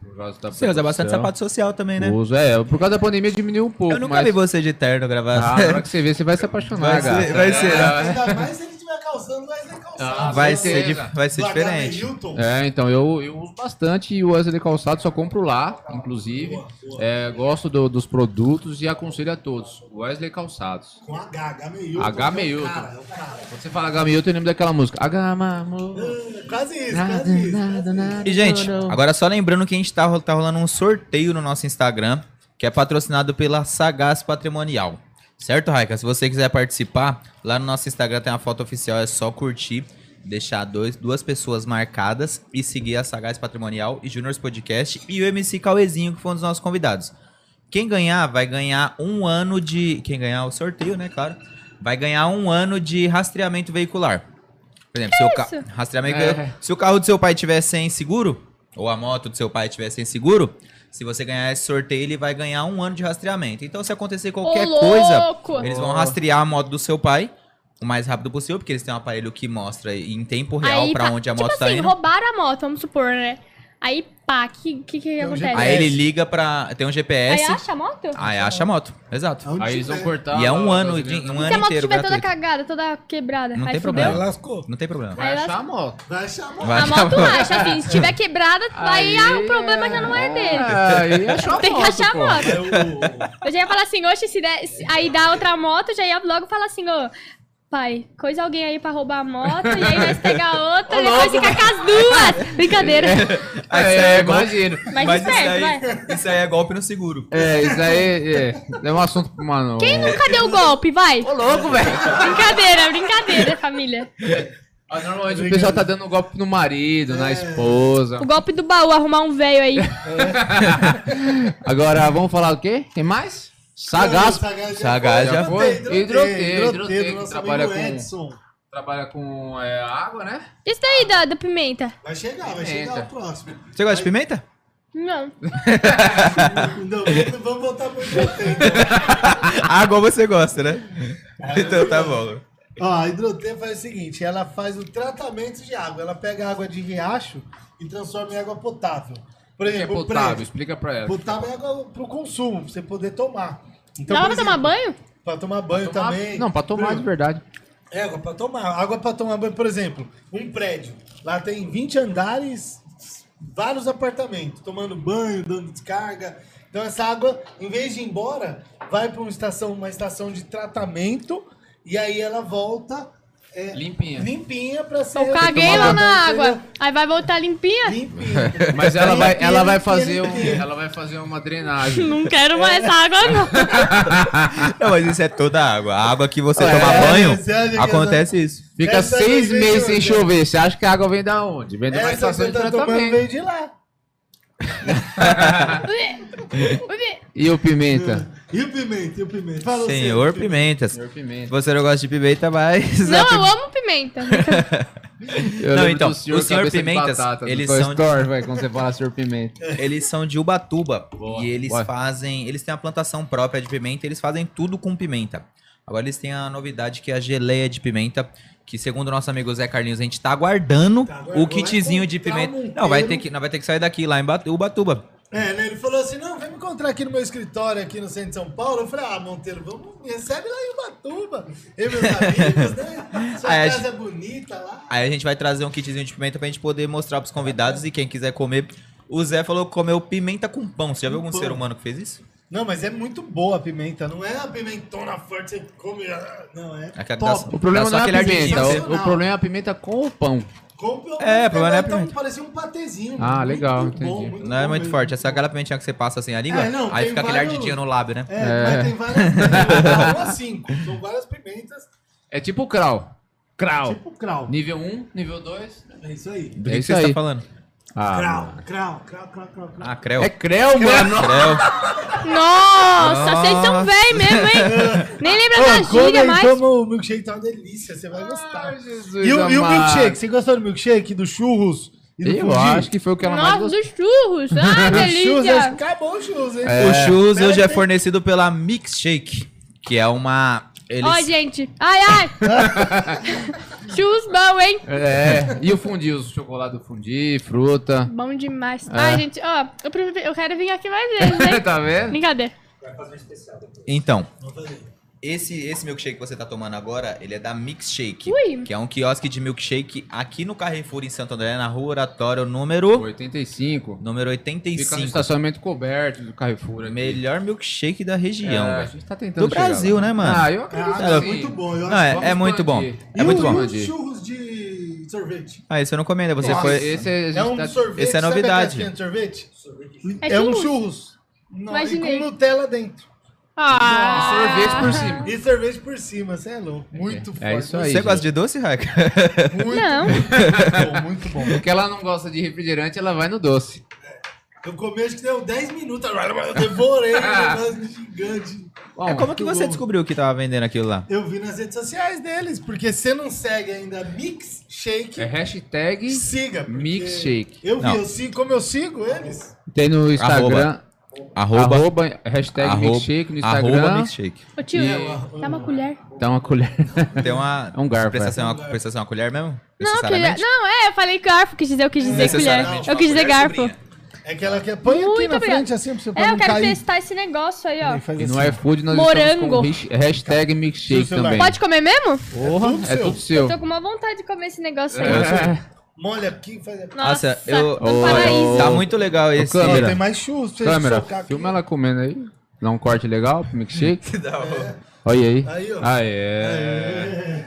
S1: por causa da
S3: Você usa
S1: proteção.
S3: bastante sapato social também, né?
S1: Uso, é, por causa da pandemia diminuiu um pouco,
S3: Eu nunca
S1: mas...
S3: vi você de terno gravar.
S1: Ah, na hora que você vê, você vai se apaixonar,
S3: é. Vai ser-
S1: gata.
S3: vai ser, né?
S2: Ainda mais se ele estiver calçando, vai ser
S1: é?
S2: calçado.
S1: Ah,
S3: vai,
S1: com
S3: ser,
S1: certeza.
S3: dif- vai ser
S2: Do
S3: diferente.
S2: HB Hilton.
S1: É, então, eu, eu uso bastante o Wesley Calçado, só compro lá, inclusive.
S2: Boa, boa.
S1: É, gosto do- dos produtos e aconselho a todos. Wesley Calçados.
S2: Com H, H Meilton.
S1: H
S2: que é o
S1: Meilton.
S2: Cara, é o cara.
S1: Quando você fala Gamil, eu te lembro daquela música. Agamamu.
S2: Ah, Quase isso,
S1: Nada,
S2: quase isso.
S1: nada,
S2: quase isso.
S1: nada.
S3: E, gente, agora só lembrando que a gente tá, ro- tá rolando um sorteio no nosso Instagram, que é patrocinado pela Sagaz Patrimonial. Certo, Raika? Se você quiser participar, lá no nosso Instagram tem uma foto oficial, é só curtir, deixar dois, duas pessoas marcadas e seguir a Sagaz Patrimonial e Juniors Podcast e o MC Cauezinho, que foi um dos nossos convidados. Quem ganhar vai ganhar um ano de. Quem ganhar o sorteio, né? Claro. Vai ganhar um ano de rastreamento veicular. Por exemplo, seu
S4: isso?
S3: carro. Rastreamento
S1: É.
S3: veicular. Se o carro do seu pai tiver sem seguro, ou a moto do seu pai tiver sem seguro, se você ganhar esse sorteio, ele vai ganhar um ano de rastreamento. Então, se acontecer qualquer
S4: Ô,
S3: coisa,
S4: louco!
S3: eles vão rastrear a moto do seu pai o mais rápido possível, porque eles têm um aparelho que mostra em tempo um real
S4: Aí
S3: pra
S4: tá-
S3: onde a
S4: tipo
S3: moto tá
S4: assim,
S3: indo.
S4: roubaram a moto, vamos supor, né? Aí pá, que que, que
S3: um
S2: Então,
S4: acontece?
S3: Aí ele
S2: GPS.
S3: liga pra. Tem um
S4: Aí
S3: GPS.
S4: acha a moto?
S3: Aí acha a moto. Exato.
S2: Aonde
S1: Aí eles vão
S2: tiver.
S1: cortar.
S3: E é um
S1: lá,
S3: ano,
S1: tá
S3: de- um
S4: Se a
S3: ano
S4: moto
S3: inteiro
S4: estiver toda
S3: gratuito.
S4: cagada, toda quebrada,
S3: Não
S4: aí
S3: tem
S4: fudeu.
S3: problema.
S2: Ela Lascou.
S3: Não tem problema.
S1: Vai achar a moto.
S2: Vai chamar.
S3: Vai
S4: A
S3: achar a
S4: moto acha, assim, se tiver quebrada, aí, ah, o problema já não é dele.
S1: Aí achou a moto,
S4: Tem que achar a
S1: pô.
S4: moto.
S2: É o...
S4: Eu já ia falar assim, oxe, se der, se- aí dá outra moto, já ia logo falar assim, ô, pai, coisa alguém aí pra roubar a moto, e aí nós pegar outra,
S1: Ô,
S4: e depois
S1: louco.
S4: ficar com as duas. Brincadeira.
S3: Aí
S1: É,
S3: isso aí é golpe.
S1: imagino.
S4: Mas,
S3: Mas isso
S4: esperto, vai.
S3: aí, isso aí é golpe no seguro.
S1: É, isso aí é, é um assunto pro mano.
S4: Quem nunca deu golpe, vai?
S1: Ô, louco, velho.
S4: Brincadeira, brincadeira, família.
S1: Ah, Normalmente o pessoal tá dando um golpe no marido, na esposa.
S4: O golpe do baú, arrumar um velho aí.
S1: Agora, vamos falar o quê? Tem mais? Sagaz.
S2: Sagaz
S3: Sagaz já
S1: foi.
S2: Hidrotei,
S1: Hidrotei,
S2: hidrotei,
S1: hidrotei, que
S2: do nosso
S1: trabalha
S2: amigo
S1: com-
S2: Edson.
S1: Trabalha com é, água, né?
S4: Isso daí da, da pimenta?
S2: Vai chegar, vai
S1: Pimenta.
S2: chegar o próximo.
S3: Você gosta de pimenta?
S4: Não.
S2: Não, vamos- vamos voltar pro hidrotei. então.
S3: Água você gosta, né?
S1: É.
S3: Então tá bom.
S2: Ó, a hidrotei faz o seguinte, ela faz o tratamento de água. Ela pega água de riacho e transforma em água potável. Por
S1: O que é
S2: exemplo, o
S1: potável?
S2: prédio.
S1: Explica pra ela.
S2: Potável é água pro consumo, pra você poder tomar. Então,
S4: Dá
S2: por
S4: pra
S2: exemplo,
S4: tomar banho?
S2: Pra tomar banho
S1: Tomar-
S2: também.
S1: Não, pra tomar de
S2: Por-
S1: verdade.
S2: É, água pra tomar. Água pra tomar banho, por exemplo, um prédio. Lá tem 20 andares, vários apartamentos, tomando banho, dando descarga. Então essa água, em vez de ir embora, vai pra uma estação, uma estação de tratamento e aí ela volta é,
S1: Limpinha.
S2: limpinha pra ser.
S4: Eu caguei lá na água. Aí vai voltar limpinha?
S2: né? Limpinha.
S1: Mas ela vai,
S2: Limpinha,
S1: ela vai
S2: limpinha,
S1: fazer um,
S2: limpinha.
S1: ela vai fazer uma drenagem.
S4: Não quero mais água, não.
S3: Não, mas isso é toda a água. A água que você
S1: É,
S3: toma banho,
S2: você acha que
S3: acontece isso.
S1: Fica
S2: Essa é
S1: seis
S2: vem de
S1: meses sem
S2: onde?
S1: chover. Você acha que a água vem da onde? Vem de uma
S2: Essa é que
S1: estação
S2: eu
S1: de
S2: tô tomando
S1: tratamento.
S2: veio de lá.
S1: E o pimenta?
S2: E o pimenta, e o pimenta. Fala você,
S3: Senhor Pimentas.
S1: Senhor
S3: Se
S1: pimenta.
S3: você não gosta de pimenta, mas.
S4: Não, eu amo pimenta.
S1: Eu
S3: Não,
S1: lembro
S3: então,
S1: do
S3: o senhor
S1: Cabeça de
S3: Pimentas,
S1: Batata, do
S3: eles
S1: Toy
S3: são de-
S1: Story, vai, quando você fala senhor pimenta.
S3: Eles são de Ubatuba.
S1: Boa,
S3: e eles
S1: boa.
S3: fazem. Eles têm a plantação própria de pimenta, eles fazem tudo com pimenta. Agora eles têm a novidade que é a geleia de pimenta. Que segundo o nosso amigo Zé Carlinhos, a gente tá aguardando
S2: Tá aguardando.
S3: o kitzinho de
S2: Vai
S3: pimenta.
S2: comprar um
S3: Não, vai
S2: inteiro.
S3: ter que, não, vai ter que sair daqui lá em Batu- Ubatuba.
S2: É, né? Ele falou assim: não, vem me encontrar aqui no meu escritório, aqui no centro de São Paulo. Eu falei, ah, Monteiro, vamos, me recebe lá em Ubatuba. Eu e meus amigos, né? Sua
S3: Aí a
S2: casa é bonita lá.
S3: Aí a gente vai trazer um kitzinho de pimenta pra gente poder mostrar pros convidados e quem quiser comer. O Zé falou que comeu pimenta com pão. Você já viu algum
S2: pão.
S3: ser humano que fez isso?
S2: Não, mas é muito boa a pimenta. Não é a pimentona forte, você come... ah, Não, é
S3: Aquela que dá-
S2: top.
S1: O problema
S3: Dá
S1: não
S3: só
S1: é a
S3: aquele
S1: pimenta,
S3: argentino.
S1: o, o problema é a pimenta com o pão.
S2: Compre
S3: É, problema não é a
S2: então,
S3: pimenta.
S2: parecia um patezinho.
S1: Ah,
S2: muito
S1: legal,
S2: bom,
S1: entendi.
S3: Não é
S2: bom
S3: muito
S2: mesmo.
S3: forte. Essa é aquela pimentinha que você passa assim a língua,
S2: É, não,
S3: aí
S2: tem
S3: fica aquele
S2: vários-
S3: ardidinho no lábio, né?
S2: É, mas tem várias pimentas, não é cinco, são várias pimentas,
S1: É tipo o crau. Crau.
S2: tipo crau.
S1: Nível 1, nível 2.
S2: É isso aí.
S3: Do
S1: É
S3: que, que
S1: isso
S3: você
S1: aí. Ah,
S3: tá falando?
S2: Crau, crau, crau, crau, crau, crau.
S3: Ah, creu.
S1: É creu, mano.
S3: Creu.
S4: Nossa, vocês são
S3: Nossa.
S4: velho mesmo, hein? Nem lembra da
S2: Ô, come
S4: gíria
S2: aí,
S4: mais.
S2: toma o milkshake, tá uma delícia, você vai
S3: Ah.
S2: gostar.
S1: Jesus
S2: E o, e o
S1: amado.
S2: milkshake, você gostou do milkshake, do churros e do
S1: Eu
S2: fundi?
S1: acho que foi o que ela mais
S4: Nossa,
S1: gostou.
S4: dos churros. Ah,
S2: O churros, acho que
S4: delícia.
S2: acabou o churros, hein?
S3: O churros
S2: Pera
S3: hoje é
S2: aí.
S3: fornecido pela Mixshake, que é uma... Eles...
S4: Ó, gente. Ai, ai. churros bom, hein?
S1: É, e o fundi, o chocolate do fundi, fruta.
S4: Bom demais. Ai, gente, ó, eu, prefiro- eu quero vir aqui mais vezes, hein?
S1: tá vendo?
S4: Brincadeira.
S3: Então,
S2: Vou fazer.
S3: esse, esse milkshake que você tá tomando agora, ele é da Mixshake,
S4: Ui.
S3: que é um quiosque de milkshake aqui no Carrefour em Santo André, na Rua Oratório número...
S1: 85.
S3: Número
S1: Fica no
S3: 85.
S1: estacionamento coberto do Carrefour. aqui.
S3: Melhor milkshake da
S1: É,
S3: região,
S1: a
S3: velho.
S1: gente tá tentando
S3: Do
S1: chegar
S3: Brasil,
S1: lá.
S3: né, mano?
S1: Ah, eu acredito
S2: Ah, é
S1: que sim.
S2: muito bom, eu
S3: Não,
S2: acho.
S3: é, é
S1: Vamos
S3: muito bom.
S1: expandir.
S2: E
S3: É muito
S2: o-
S3: bom.
S2: E o churros de sorvete?
S3: Ah, esse eu não comi ainda. Você
S1: Nossa,
S3: foi.
S1: Esse é, a gente
S2: É um
S1: tá-
S2: sorvete.
S3: esse é
S2: sabe
S3: novidade.
S2: aquela caixinha de sorvete?
S4: É
S2: É, um
S4: churros.
S2: churros. Não, e
S4: Imaginei.
S2: com Nutella dentro.
S4: Ah.
S1: sorvete por cima.
S2: E sorvete por cima, você é louco. Muito forte.
S1: é isso aí.
S3: Você gosta
S1: gente.
S3: de doce, Raika?
S2: Muito
S4: Não.
S2: bom, muito bom.
S1: Porque ela não gosta de refrigerante, ela vai no doce.
S2: Eu comi, acho que deu 10 minutos. Eu devorei um negócio gigante.
S1: Bom,
S3: É, como que você
S2: bom.
S3: descobriu que tava vendendo aquilo lá?
S2: Eu vi nas redes sociais deles, porque você não segue ainda Mix Shake,
S1: é hashtag
S2: siga. porque
S1: Mixshake.
S2: Eu vi,
S3: Não.
S2: eu sigo, como eu sigo eles.
S1: tem no Instagram. Arroba,
S3: Arroba.
S1: hashtag
S3: arroba-
S1: Mixshake no Instagram.
S3: Arroba milkshake.
S4: Ô, tio,
S1: E-
S4: dá uma colher.
S1: Dá uma colher.
S3: Tem uma.
S1: É um garfo,
S3: Precisa
S1: é.
S3: ser uma, precisa ser uma colher mesmo?
S4: Não, colher.
S3: Necessariamente?
S4: Não, é, eu falei garfo, quis dizer, eu quis dizer colher.
S3: Necessariamente
S4: Eu
S3: uma
S4: quis dizer
S3: colher,
S4: garfo.
S3: sobrinha.
S2: É aquela que põe aqui
S4: Muito
S2: na
S4: obrigada.
S2: frente assim pra você pra
S4: É, eu
S2: não
S4: quero
S2: cair.
S4: testar esse negócio aí, ó.
S2: Aí faz
S1: E no
S2: assim.
S1: iFood nós
S4: Morango.
S1: estamos com hash- hashtag Mixshake
S2: Seu celular.
S1: também.
S4: Pode comer mesmo?
S1: Porra,
S2: tudo
S1: é
S2: seu.
S1: tudo seu.
S4: Tô com uma vontade de comer esse negócio aí.
S1: É. Ah,
S2: Molha aqui, faz aqui.
S4: Nossa,
S3: Nossa, eu.
S4: um
S1: Ô,
S4: paraíso.
S3: Tá muito legal esse.
S1: Ô, câmera.
S2: Ó, tem mais churros pra você socar
S1: Câmera,
S2: aqui.
S1: filma ela comendo aí. Dá um corte legal pro Mixshake.
S3: Da hora.
S1: Olha aí.
S2: Aí, ó.
S1: Ah, é.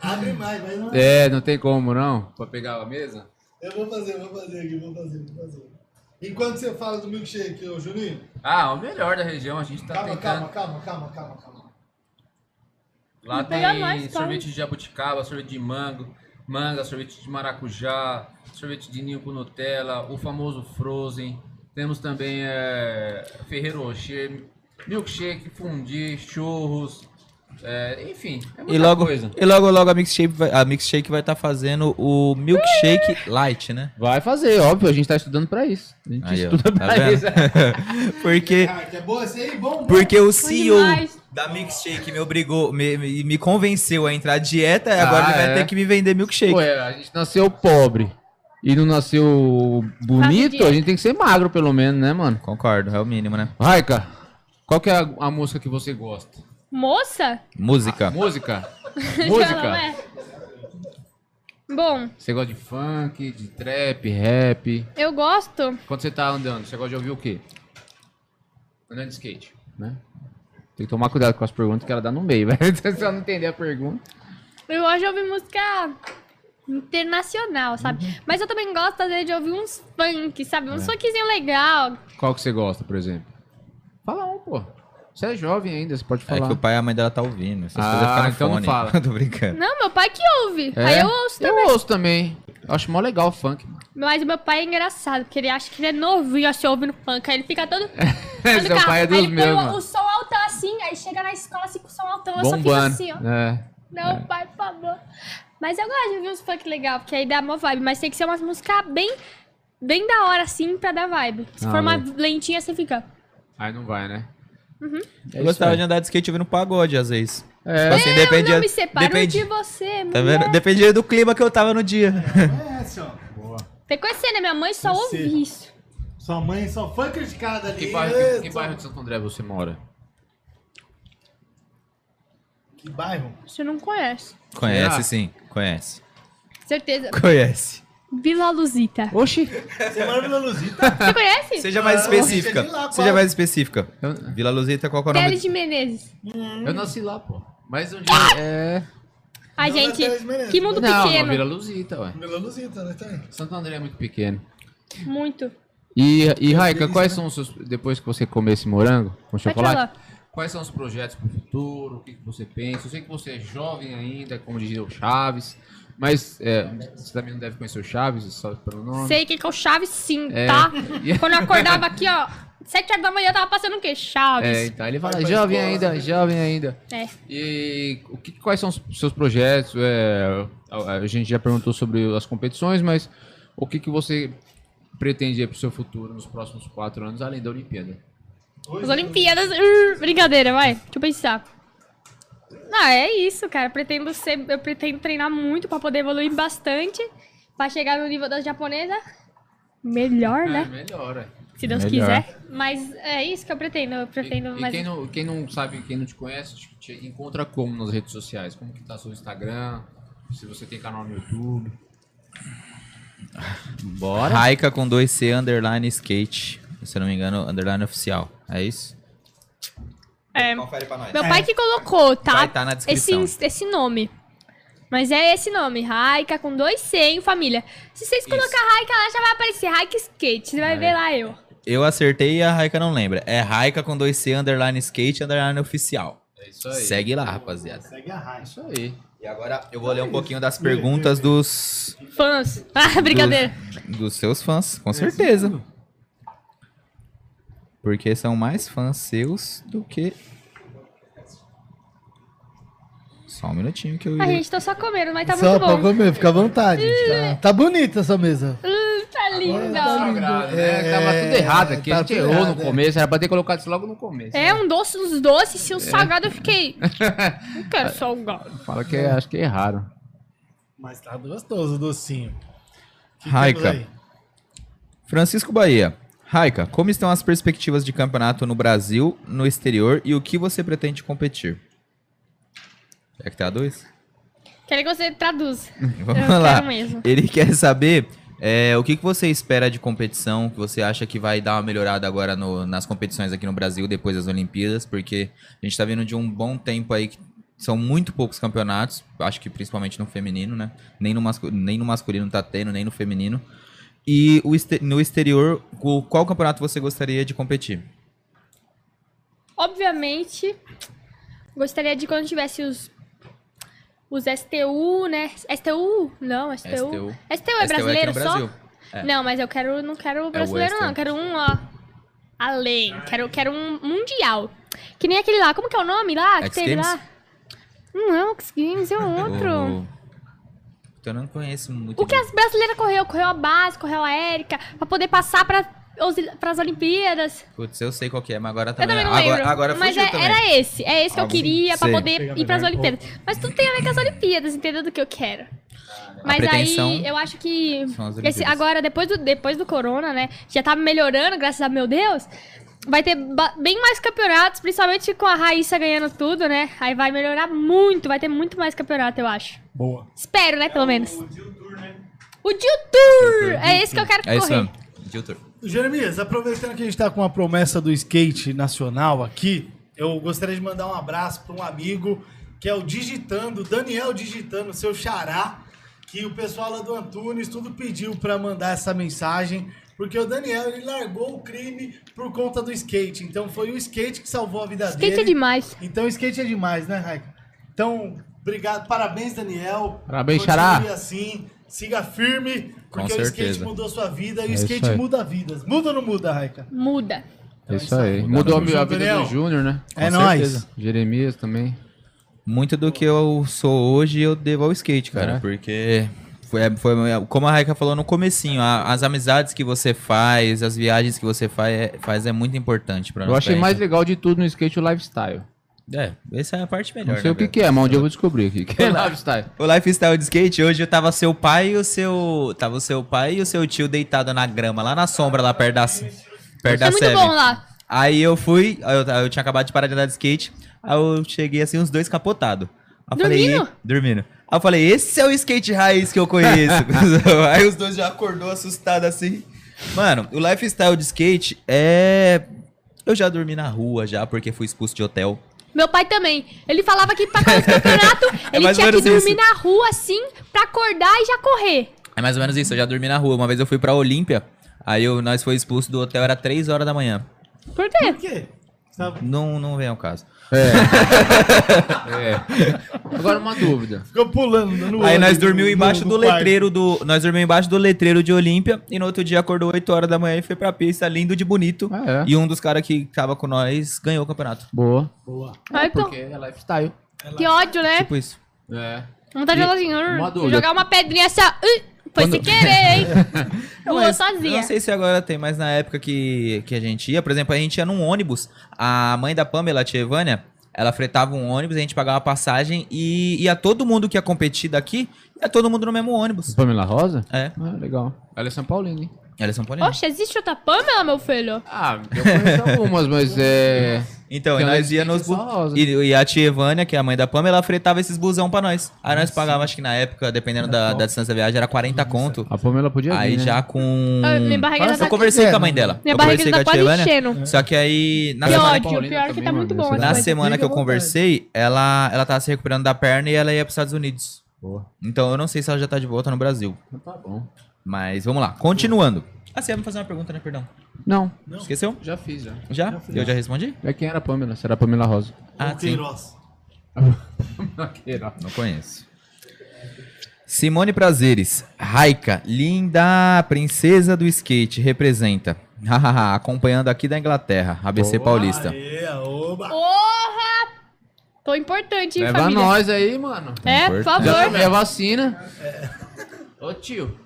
S2: Abre mais, mas não.
S1: É, não tem como não. Pra pegar a mesa?
S2: Eu vou fazer, eu vou fazer aqui, eu vou fazer, eu vou fazer. Enquanto você fala do milkshake, ô Juninho,
S1: Ah, o melhor da região, a gente tá
S2: calma,
S1: tentando.
S2: calma, calma, calma, calma, calma.
S1: Lá
S4: Não
S1: tem
S4: pega mais, calma.
S1: sorvete de jabuticaba, sorvete de mango, manga, sorvete de maracujá, sorvete de ninho com Nutella, o famoso Frozen. Temos também eh, Ferreiro Rocher, milkshake, fundi, churros, eh, enfim. É muita
S3: E logo,
S1: coisa.
S3: e logo, logo a Mixshake vai estar vai tá fazendo o Milkshake Light, né?
S1: Vai fazer, óbvio, a gente tá estudando pra isso. A gente
S3: Aí, ó,
S1: estuda
S3: tá
S1: pra
S3: vendo?
S1: isso.
S3: Porque
S2: Ah, que é boa esse aí, bom, bom.
S3: Porque o
S4: Bom
S3: CEO
S4: demais.
S3: da Milkshake me obrigou, me, me, me convenceu a entrar à dieta, e agora
S1: Ah,
S3: ele vai
S1: é?
S3: ter que me vender milkshake.
S1: Pô, é, a gente nasceu pobre e não nasceu bonito,
S4: dieta.
S1: a gente tem que ser magro pelo menos, né, mano?
S3: Concordo, é o mínimo, né?
S1: Raika, qual que é a, a música que você gosta?
S4: Moça?
S1: Ah,
S3: Música.
S1: Música?
S4: Não,
S1: música?
S4: é. Bom,
S1: Você gosta de funk, de trap, rap?
S4: eu gosto.
S1: Quando você tá andando, você gosta de ouvir o quê? Andando de skate, né? Tem que tomar cuidado com as perguntas que ela dá no meio, velho. Se ela não entender a pergunta.
S4: Eu gosto de ouvir música internacional, sabe?
S2: Uhum.
S4: Mas eu também gosto, às vezes, de ouvir uns funk, sabe?
S2: É.
S4: Uns funkzinho legal.
S1: Qual que você gosta, por exemplo? Fala um, pô. Você é jovem ainda, você pode
S3: É
S1: falar.
S3: que o pai e a mãe dela tá ouvindo. Essas
S1: Ah,
S3: coisas ficam no
S1: então não
S3: fone.
S1: fala.
S3: Tô brincando.
S4: Não, meu pai que ouve.
S1: É?
S4: Aí eu ouço também.
S1: Eu ouço também. Eu acho mó legal o funk. mano.
S4: Mas o meu pai é engraçado, porque ele acha que ele é novinho, assim, ouvindo funk. Aí ele fica todo... todo
S1: Seu pai é
S4: aí
S1: dos
S4: ele põe
S1: meus,
S4: o,
S1: mano.
S4: o som altão assim, aí chega na escola assim com o som altão, eu
S1: Bombando.
S4: só fico assim, ó.
S1: É.
S4: Não, pai, por favor. Mas eu gosto de ouvir uns funk legal, porque aí dá uma vibe. Mas tem que ser umas músicas bem, bem da hora, assim, pra dar vibe. Se
S1: Ah,
S4: for uma
S1: é.
S4: lentinha, você fica...
S1: Aí não vai, né?
S4: Uhum.
S3: Eu gostava de
S1: de...
S3: andar de skate ouvindo pagode, às vezes.
S1: É.
S3: Tipo assim,
S4: Eu
S3: dependia,
S4: não me separo
S3: depende-
S4: de você, é.
S3: Tá
S4: mulher.
S3: vendo? Dependia do clima que eu tava no dia.
S2: É essa, ó.
S4: Tem que conhecer, né? Minha mãe só
S2: Você.
S4: ouve isso.
S2: Sua mãe só foi criticada ali.
S1: Que bairro,
S2: Eita.
S1: que bairro de Santo André você mora?
S2: Que bairro?
S4: Você não conhece.
S1: Será?
S3: Conhece, sim. Conhece.
S4: Certeza.
S3: Ah. Conhece.
S4: Vila Luzita.
S1: Oxi!
S2: Você mora Vila Luzita?
S4: Você conhece?
S3: Seja mais
S2: Ah,
S3: específica.
S2: você é de lá,
S3: Seja
S2: qual?
S3: mais específica.
S1: Eu,
S3: Vila Luzita, qual que é o nome?
S4: Teles de Menezes.
S1: eu nasci lá, pô. Mas um dia. É.
S4: A
S2: Não,
S4: gente.
S2: Teles Menezes.
S4: Que Ah. mundo
S1: Não, não,
S4: pequeno.
S1: Vila Luzita, ué.
S2: Vila Luzita, né? Tem.
S1: Santo André é muito pequeno.
S4: Muito.
S1: E, e Raika, quais são os seus. Depois que você comer esse morango com
S4: Vai
S1: chocolate,
S4: pra lá.
S1: quais são os projetos pro futuro? O que, que você pensa? Eu sei que você é jovem ainda, como dizia o Chaves, mas é, você também não deve conhecer o Chaves, só pelo nome.
S4: Sei que é o Chaves sim,
S1: É.
S4: tá?
S1: E-
S4: Quando eu acordava aqui, ó, 7 horas da manhã eu tava passando o quê?
S1: É,
S4: Chaves.
S1: então ele
S2: Vai
S1: fala,
S2: pra
S1: jovem
S2: escola,
S1: ainda,
S2: né?
S1: jovem ainda.
S4: É.
S1: E o que, quais são os seus projetos? É, a, a gente já perguntou sobre as competições, mas o que, que você pretende aí pro seu futuro nos próximos quatro anos, além da Olimpíada?
S4: As Olimpíadas. uh, brincadeira, vai. Deixa eu pensar. Ah, é isso, cara. Pretendo ser, eu pretendo treinar muito pra poder evoluir bastante. Pra chegar no nível das japonesas. Melhor,
S1: É,
S4: né?
S1: melhor, é.
S4: Se Deus
S3: melhor.
S4: quiser. Mas é isso que eu pretendo. Eu pretendo
S1: E, e
S4: mais. um.
S1: quem, não, quem não sabe, quem não te conhece, te, te encontra como nas redes sociais? Como que tá seu Instagram? Se você tem canal no YouTube. Bora.
S3: Raika com 2C underline skate. Se eu não me engano, underline oficial. É isso?
S4: É,
S3: Confere pra nós.
S4: meu pai que colocou, tá?
S3: Vai tá na
S4: esse,
S3: descrição.
S4: esse nome. Mas é esse nome, Raika com dois C, hein, família? Se vocês colocar Raika lá, já vai aparecer Raika Skate. Você vai
S3: É.
S4: ver lá eu.
S3: Eu acertei e a Raika não lembra. É Raika com 2C underline skate underline oficial.
S1: É isso aí.
S3: Segue lá, rapaziada.
S2: Segue a
S1: É
S2: raiz.
S1: isso aí.
S3: E agora eu vou ler um pouquinho das perguntas dos
S4: Fãs. Ah, brincadeira.
S3: Dos, dos seus fãs, com certeza. Porque são mais fãs seus do que. Só um minutinho que eu
S4: A
S3: ia.
S4: gente tá só comendo, mas tá
S5: Só
S4: muito
S5: pra
S4: bom.
S5: comer, fica à vontade. Tá, tá bonita essa mesa.
S4: Tá
S1: Tá
S4: linda.
S1: grave, né?
S5: É,
S1: Tava tudo errado aqui. a
S5: tá
S1: gente
S5: tudo
S1: errou
S5: errado,
S1: no
S5: é.
S1: começo. Era pra ter colocado isso logo no começo.
S4: É um doce, uns doces,
S3: É.
S4: se um salgado eu fiquei. Não quero um salgado.
S1: Fala que é- acho que erraram.
S2: Mas tá gostoso o docinho. O que
S3: Raika.
S2: temos aí?
S3: Francisco Bahia. Raika, como estão as perspectivas de campeonato no Brasil, no exterior e o que você pretende competir? É que tá dois?
S4: Quero que você traduza.
S3: Vamos
S4: eu
S3: lá.
S4: quero mesmo.
S3: Ele quer saber é, o que, que você espera de competição, o que você acha que vai dar uma melhorada agora no- nas competições aqui no Brasil depois das Olimpíadas, porque a gente tá vindo de um bom tempo aí que são muito poucos campeonatos, acho que principalmente no feminino, né? Nem no, mascu- nem no masculino tá tendo, nem no feminino. E o este- no exterior, o- qual campeonato você gostaria de competir?
S4: Obviamente, gostaria de quando tivesse os. Os STU, né? STU? Não, STU. STU,
S3: STU.
S4: é
S3: STU aqui
S4: brasileiro
S3: no
S4: só?
S3: Brasil. É.
S4: Não, mas eu quero, não quero brasileiro,
S3: Western.
S4: não. Eu quero um, ó. Além. Quero, quero um mundial. Que nem aquele lá. Como que é o nome lá? Que
S3: X
S4: teve
S3: Games?
S4: lá? Não é o X Games, é um outro.
S3: O- Então, Eu não conheço muito.
S4: O que
S3: bem.
S4: as brasileiras correu? Correu a base, correu a Érica, pra poder passar pra, pras Olimpíadas.
S3: Putz, eu sei qual que é, mas agora
S4: Eu
S3: também.
S4: também não
S3: agora,
S4: lembro.
S3: agora
S4: mas
S3: fugiu
S4: é-
S3: também.
S4: era esse. É esse que eu
S3: Algum-
S4: queria pra
S3: sei.
S4: poder
S2: Pega
S4: ir
S2: melhor
S4: pras
S2: um
S4: Olimpíadas. Mas tudo tem a ver com as Olimpíadas, entendeu? Do que eu quero. Mas
S3: pretensão
S4: aí eu acho que.
S3: são as
S4: esse-
S3: Olimpíadas.
S4: agora, depois do, depois do corona, né? Já tá melhorando, graças a meu Deus. Vai ter ba- bem mais campeonatos, principalmente com a Raíssa ganhando tudo, né? Aí vai melhorar muito, vai ter muito mais campeonato, eu acho.
S2: Boa.
S4: Espero, né, pelo menos. O Deal Tour, né? O Deal Tour! É esse que eu quero
S3: É isso
S4: correr.
S3: mesmo. Diltor.
S2: Jeremias, aproveitando que a gente tá com uma promessa do skate nacional aqui, eu gostaria de mandar um abraço para um amigo que é o Digitando, Daniel Digitando, seu xará, que o pessoal lá do Antunes tudo pediu para mandar essa mensagem, porque o Daniel ele largou o crime por conta do skate. Então foi o skate que salvou a vida dele.
S4: Skate é demais.
S2: Então skate é demais, né, Raika? Então, obrigado, parabéns, Daniel.
S1: Parabéns,
S2: Continue
S1: Xará.
S2: assim, siga firme,
S3: Com
S2: porque o skate
S3: certeza.
S2: mudou sua vida e o
S1: É isso
S2: skate
S1: aí.
S2: muda vidas. Muda ou não muda, Raika?
S4: Muda.
S1: É isso aí.
S3: Mudaram
S1: Mudou a,
S2: tudo.
S1: minha- a vida
S2: Gabriel.
S1: do Júnior, né?
S2: É
S1: certeza.
S2: nóis.
S1: Jeremias também.
S3: Muito do que eu sou hoje eu devo ao skate, cara.
S1: É.
S3: Porque foi, é, foi como a Raika falou no comecinho, a- as amizades que você faz, as viagens que você faz é, faz é muito importante pra nós.
S1: Eu achei
S3: pra
S1: mais
S3: gente.
S1: legal de tudo no skate o lifestyle.
S3: É, essa é a parte melhor.
S1: Não sei
S3: né,
S1: o que,
S3: velho?
S1: que é, mas um dia eu vou descobrir o que, que é
S3: Olá.
S1: lifestyle.
S3: O lifestyle de skate, hoje tava seu pai e o seu. Tava o seu pai e o seu tio deitado na grama, lá na sombra, lá perto da. Perto
S4: Foi
S3: da
S4: é muito
S3: Seven.
S4: bom né? lá.
S3: Aí eu fui, aí eu, eu tinha acabado de parar de andar de skate, aí eu cheguei assim, os dois capotados. Aí eu falei,
S4: Dormindo?
S3: "E- dormindo. Aí eu falei, esse é o skate raiz que eu conheço. aí os dois já acordou assustado assim. Mano, o lifestyle de skate é. Eu já dormi na rua já, porque fui expulso de hotel.
S4: Meu pai também. Ele falava que pra correr o campeonato, ele
S3: É mais ou
S4: tinha que
S3: menos
S4: dormir
S3: isso.
S4: na rua, assim, pra acordar e já correr.
S3: É mais ou menos isso, eu já dormi na rua. Uma vez eu fui pra Olímpia, aí eu- nós foi expulso do hotel, era 3 horas da manhã.
S4: Por quê?
S2: Por quê? tá Sabe?
S3: Não, não vem ao caso.
S1: É. Agora uma dúvida.
S2: Ficou pulando no
S3: Aí
S2: olho
S3: nós
S2: do-
S3: dormimos
S2: do-
S3: embaixo do,
S2: quarto.
S3: letreiro do. Nós dormimos embaixo do letreiro de Olímpia e no outro dia acordou 8 horas da manhã e foi pra pista, lindo de bonito.
S1: Ah, é.
S3: E um dos caras que tava com nós ganhou o campeonato.
S1: Boa.
S2: Boa.
S4: Ai, pô,
S1: Porque é lifestyle.
S4: que ódio, né?
S3: Tipo isso.
S1: É.
S4: Vontade de falar assim,
S1: uma
S4: "Arr",
S1: dúvida.
S4: jogar uma pedrinha assim, ó, "Ih, foi
S3: Quando-
S4: sem querer, hein? Voou sozinha.
S3: Não sei se agora tem, mas na época que, que a gente ia, por exemplo, a gente ia num ônibus. A mãe da Pamela, a tia Evânia, ela fretava um ônibus, a gente pagava passagem e ia todo mundo que ia competir daqui, ia todo mundo no mesmo ônibus.
S1: Pamela Rosa?
S3: É,
S1: Ah, legal. Ela é São Paulina, hein?
S3: ela é São
S1: Hum.
S3: Paulino.
S4: Poxa, existe outra Pamela, meu filho?
S1: Ah, eu conheço algumas, mas é.
S3: Então, e
S1: Tem
S3: nós
S1: um
S3: ia nos
S1: skate
S3: bu-
S1: só rosa.
S3: e, e a tia Evânia, que é a mãe da Pamela, ela fretava esses busão pra nós. Aí nós pagava, acho que na época, dependendo da, da distância da viagem, era 40 conto.
S1: A Pamela podia vir,
S3: Aí
S1: né?
S3: já com.
S4: Ah, minha barriga já
S3: eu
S4: tá-
S3: conversei
S5: É,
S3: com a mãe dela.
S4: Minha
S3: eu
S4: barriga
S3: conversei
S4: tá
S3: com a tia
S4: quase
S3: Evânia.
S4: enchendo.
S3: Só que aí, na
S4: Que
S3: semana,
S1: São
S4: ódio,
S1: Paulina
S4: pior que
S1: também,
S4: tá
S1: mano,
S4: muito
S1: essa
S4: bom.
S1: daí.
S4: essa
S3: na
S4: coisa.
S3: semana que eu
S2: Fica à vontade.
S3: conversei, ela, ela tava se recuperando da perna e ela ia pros Estados Unidos.
S1: Boa.
S3: Então eu não sei se ela já tá de volta no Brasil.
S1: Então Tá bom.
S3: Mas vamos lá, continuando. Ah, você ia me fazer uma pergunta, né? Perdão.
S1: Não,
S2: Não,
S3: Esqueceu?
S1: já fiz, já.
S3: Já?
S2: Já fiz.
S3: eu já respondi?
S1: É quem era a Pamela? Será a Pamela Rosa?
S3: Ah, sim.
S2: Queiroz.
S3: Não conheço. Simone Prazeres, Raika, linda princesa do skate, representa. Hahaha, acompanhando aqui da Inglaterra, ABC
S1: Boa.
S3: Paulista.
S5: né,
S2: Aê, oba.
S4: Porra! Tô importante, hein,
S1: Leva
S4: família?
S1: nós aí, mano.
S4: É, por
S1: Já
S3: Importante.
S1: tá
S4: favor.
S1: tomei a vacina. É. Ô tio.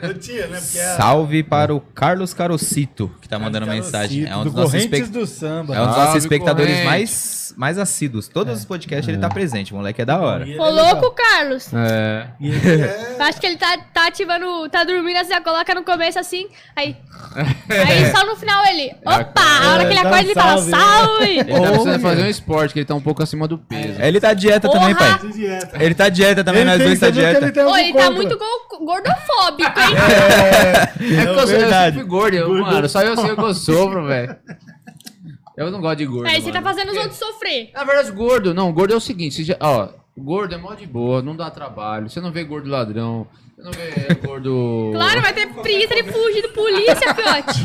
S2: Eu tinha, né? Porque
S5: é
S2: a-
S3: Salve para o Carlos Carocito, que tá mandando mensagem. É um
S5: do
S3: dos nossos,
S5: Correntes
S3: espe-
S5: do É. Samba.
S3: é um dos
S1: Salve,
S3: nossos espectadores
S1: Correntes.
S3: mais, mais assíduos. Todos os podcasts ele tá presente, moleque, é da hora.
S2: E
S4: Ô,
S2: ele-
S4: louco, Carlos.
S1: É.
S2: e ele é-
S4: Acho que ele tá, tá ativando, tá dormindo assim, já coloca no começo assim, aí. Aí só no final ele. Opa! a hora que ele
S5: É, dá um
S4: acorda, ele fala
S5: salve, né?
S4: salve!
S1: Ele tá precisando
S5: Olha.
S1: fazer um esporte, que ele tá um pouco acima do peso.
S3: Ele tá à dieta também,
S4: Porra!
S3: pai.
S2: de dieta.
S3: Ele tá à dieta também, nós
S5: tem-
S3: dois tá à
S5: você viu que
S3: dieta.
S5: tem
S2: um
S4: Ô,
S5: algo
S4: ele tá
S5: contra.
S4: muito go- gordofóbico, hein?
S1: É porque eu, sou- eu
S5: verdade.
S1: sempre gordo, eu,
S2: Gordo.
S1: mano. Só eu sei o que eu sofro, velho. Eu não gosto de gordo.
S4: Aí você tá
S1: mano.
S4: fazendo os outros sofrer.
S1: Na verdade, gordo, não, gordo é o seguinte, você já- ó, gordo é mó de boa, não dá trabalho, você não vê gordo ladrão, você não vê gordo...
S4: Claro, vai ter preguiça de fugir de polícia, fiote.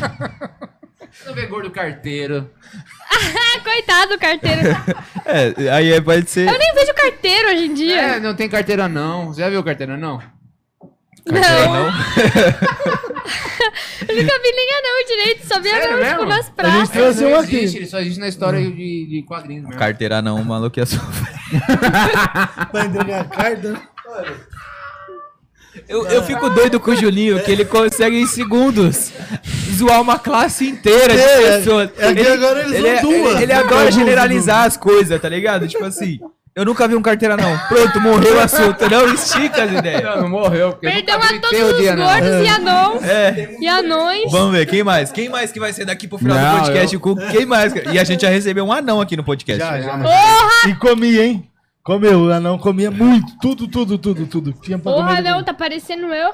S1: Você não vê gordo carteiro.
S4: Ah, coitado do carteiro.
S3: É, aí pode ser.
S4: Eu nem vejo carteiro hoje em
S1: É,
S4: dia.
S1: não tem carteira não, você já viu carteira não?
S4: Não, eu nunca vi nem anão direito, só vi
S1: Sério
S4: anão, tipo,
S1: mesmo?
S4: nas
S5: A
S4: praças.
S5: gente trouxe um
S1: não
S5: aqui.
S1: existe, ele só existe na história
S2: Hum.
S1: de, de quadrinhos né? mesmo.
S3: Carteira não, o maluco é ia sofrer.
S2: Vai entregar a carta.
S3: Eu, eu fico doido com o Julinho, que ele consegue em segundos zoar uma classe inteira de
S5: É,
S3: pessoas.
S5: é que agora eles
S3: ele,
S5: são duas.
S3: Ele, ele adora generalizar as coisas, tá ligado? Tipo assim, eu nunca vi um carteira não. Pronto, morreu o assunto. Não estica as ideias.
S1: Não, não morreu, porque tá
S4: Perdão
S1: nunca vi
S4: a todos
S1: enterro
S4: os
S1: de anão.
S4: gordos e anões.
S3: É.
S4: E anões.
S3: Vamos ver, quem mais? Quem mais que vai ser daqui pro final
S1: Não,
S3: do podcast? Com Quem mais? E a gente já recebeu um anão aqui no podcast.
S5: Já, já.
S4: Porra!
S5: E comia, hein? Comeu, o anão comia muito. Tudo, tudo, tudo, tudo. Tinha pra
S4: Porra,
S5: comer.
S4: não, tá parecendo eu.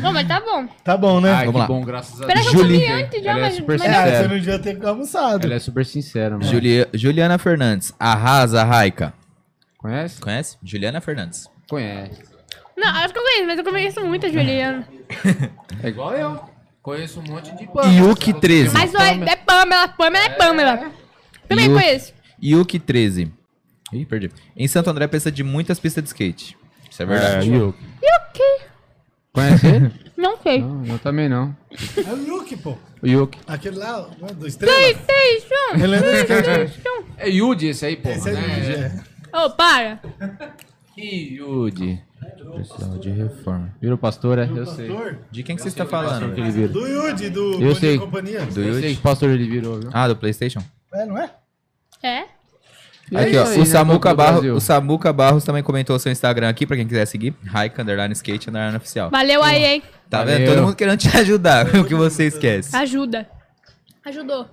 S4: Não, mas tá bom.
S5: Tá bom, né?
S1: Ai,
S3: É, Vamos
S1: que
S3: lá.
S1: bom, graças a
S4: Pera
S1: Deus.
S4: que eu comi antes já,
S1: Ela é
S4: mas-
S1: super
S4: mas-
S5: é, você
S1: sincera.
S5: não devia ter almoçado.
S1: Ela é super sincera, mano.
S3: Juli- Juliana Fernandes, arrasa, Raica.
S1: Conhece?
S3: Conhece? Juliana Fernandes.
S1: Conhece.
S4: Não, acho que eu conheço, mas eu conheço muito a Juliana.
S1: É igual eu. Conheço um monte de
S3: Yuki 13.
S4: Mas não é, é Pamela, Pamela é Pamela. Também
S3: E o-
S4: conheço.
S3: Yuki 13. Ih, perdi. Em Santo André precisa de muitas pistas de skate. Isso é verdade.
S1: Yuki. Conhece ele?
S4: Não sei.
S1: não, eu também não.
S2: É o Yuki, pô.
S1: O Yuki.
S2: Aquele lá, um, dois,
S4: Sei,
S2: três.
S4: sei, João.
S5: Ele é do skate.
S1: É Yudi esse aí, porra,
S2: Esse é Yuji,
S1: né?
S2: é.
S4: Ô, para.
S1: Que Yudi.
S3: Pessoal de reforma.
S1: Vira o pastor, é? Eu sei.
S2: Pastor?
S3: De quem que você está falando?
S1: Que ele vira.
S2: Do Yudi, do
S1: Eu
S2: Bom Dia
S1: sei.
S2: Companhia.
S3: Do
S1: Eu sei
S3: Yuji?
S1: que pastor ele virou, viu?
S3: Ah, do Playstation?
S5: É, não é?
S4: É?
S1: É
S3: Aqui,
S1: isso
S3: ó,
S1: aí,
S3: o,
S1: né, Copa
S3: Samuca
S1: do
S3: Barro,
S1: Brasil.
S3: o Samuca Barros também comentou o seu Instagram aqui, pra quem quiser seguir. Raika, underline skate, underline oficial.
S4: Valeu aí, hein?
S3: Tá
S1: Valeu.
S3: vendo? Todo mundo querendo te ajudar, o que você esquece.
S4: Ajuda. Ajudou.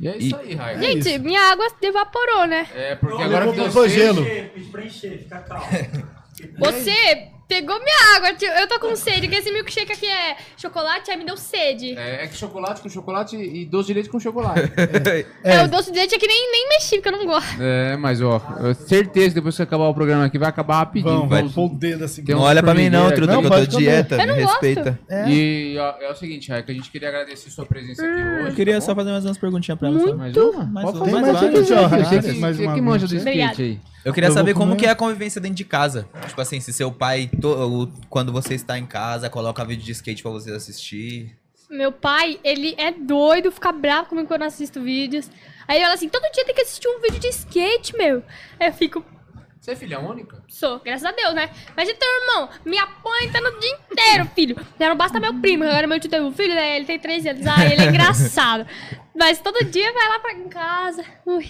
S1: E é isso aí, Raio.
S4: Gente, minha água evaporou, né?
S1: É, porque
S2: Agora
S1: agora
S2: vou
S1: que
S2: botar
S1: você...
S2: gelo.
S4: Você pegou minha água. tio. Eu tô com sede, porque esse milkshake aqui é chocolate, aí me deu sede. É,
S1: É, é que chocolate com chocolate e doce de leite com chocolate.
S4: o doce de leite aqui nem, nem mexi, porque eu não gosto.
S1: é, mas ó, eu certeza que depois que acabar o programa aqui vai um acabar rapidinho.
S2: Vamos,
S3: vai-
S2: vamos pôr o dedo assim.
S1: Tem
S3: não
S1: uns
S3: olha pra mim não,
S1: formigueiros
S3: Truta,
S1: aqui.
S3: que eu
S5: Não,
S3: tô
S5: pode comer.
S3: dieta,
S4: Eu
S3: me
S4: não gosto.
S3: respeita.
S1: é, E ó, é o seguinte, Raio, que a gente queria agradecer sua presença aqui hoje.
S3: É, Eu queria
S1: tá
S3: só
S1: bom?
S3: fazer mais umas perguntinhas pra ela. só.
S1: mais uma?
S3: Mais
S1: Pode
S3: uma,
S1: fazer
S3: mais
S1: mais
S3: várias.
S1: uma, Tio, Raio.
S5: Tchau,
S1: Você que-
S5: mais
S1: você
S5: uma
S1: que manja do
S5: vez.
S1: skate aí.
S3: Eu queria
S5: Eu vou
S3: saber como
S5: comer.
S3: que é a convivência dentro de casa. Tipo assim, se seu pai, to- o- quando você está em casa, coloca vídeo de skate pra você assistir.
S4: Meu pai, ele é doido, fica bravo comigo quando eu assisto vídeos. Aí ele fala assim, todo dia tem que assistir um vídeo de skate, meu. Aí eu fico,
S1: Você é filha única?
S4: sou, graças a Deus, né? Mas e teu irmão? Me apanha tá no dia inteiro, filho. Já não basta meu primo, que agora meu tio tem um filho, né? Ele tem três anos, ah, ele é engraçado. Mas todo dia vai lá pra em casa. Ui.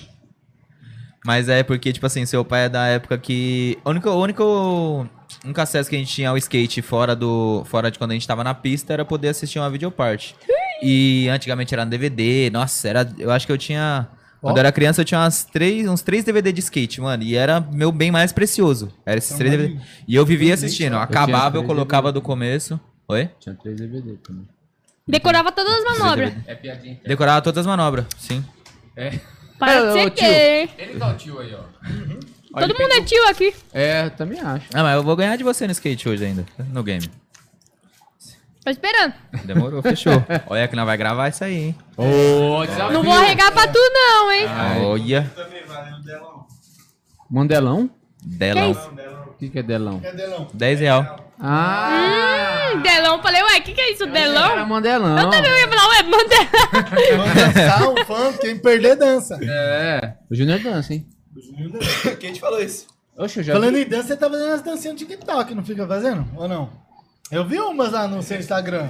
S3: Mas é porque, tipo assim, seu pai é da época que. O único, o único, o único acesso que a gente tinha ao skate fora, do, fora de quando a gente tava na pista era poder assistir uma videoparte. E antigamente era no DVD, nossa, era, eu acho que eu tinha. Quando eu era criança, eu tinha umas três, uns três DVD de skate, mano. E era meu bem mais precioso. Era esses três DVD. E eu vivia assistindo. Eu acabava, eu
S1: três
S3: colocava do começo. Oi?
S1: Tinha três DVD também.
S4: Decorava todas as manobras.
S1: É piadinha. É.
S3: Decorava todas as manobras, sim.
S4: Para
S1: Ô,
S4: de ser
S1: tio.
S4: gay, hein?
S1: Ele dá o tio aí, ó.
S4: Todo mundo é tio aqui.
S1: É, também acho.
S3: Ah, mas eu vou ganhar de você no skate hoje ainda, no game.
S4: Tô esperando.
S3: Demorou, fechou. Olha que não vai gravar isso aí, hein?
S1: Ô, desafio.
S4: Não vou arregar pra tu, não, hein?
S3: Ah, Olha.
S1: Mandelão?
S3: Delão.
S4: Que
S1: O que, que é delão?
S2: Cadelão.
S3: 10 real.
S1: Ah!
S4: Hum, Delão, falei, ué, o que, que é isso, Delão?
S1: Era mandelão.
S4: Eu também ia falar, ué, Mandela.
S2: Vamos dançar o fã, quem perder dança.
S1: É. O Junior dança, hein?
S3: Quem te falou isso?
S1: Oxe, eu já
S2: Falando em dança, você tá fazendo as dancinhas no TikTok, não fica fazendo? Ou não? Eu vi umas lá no seu Instagram.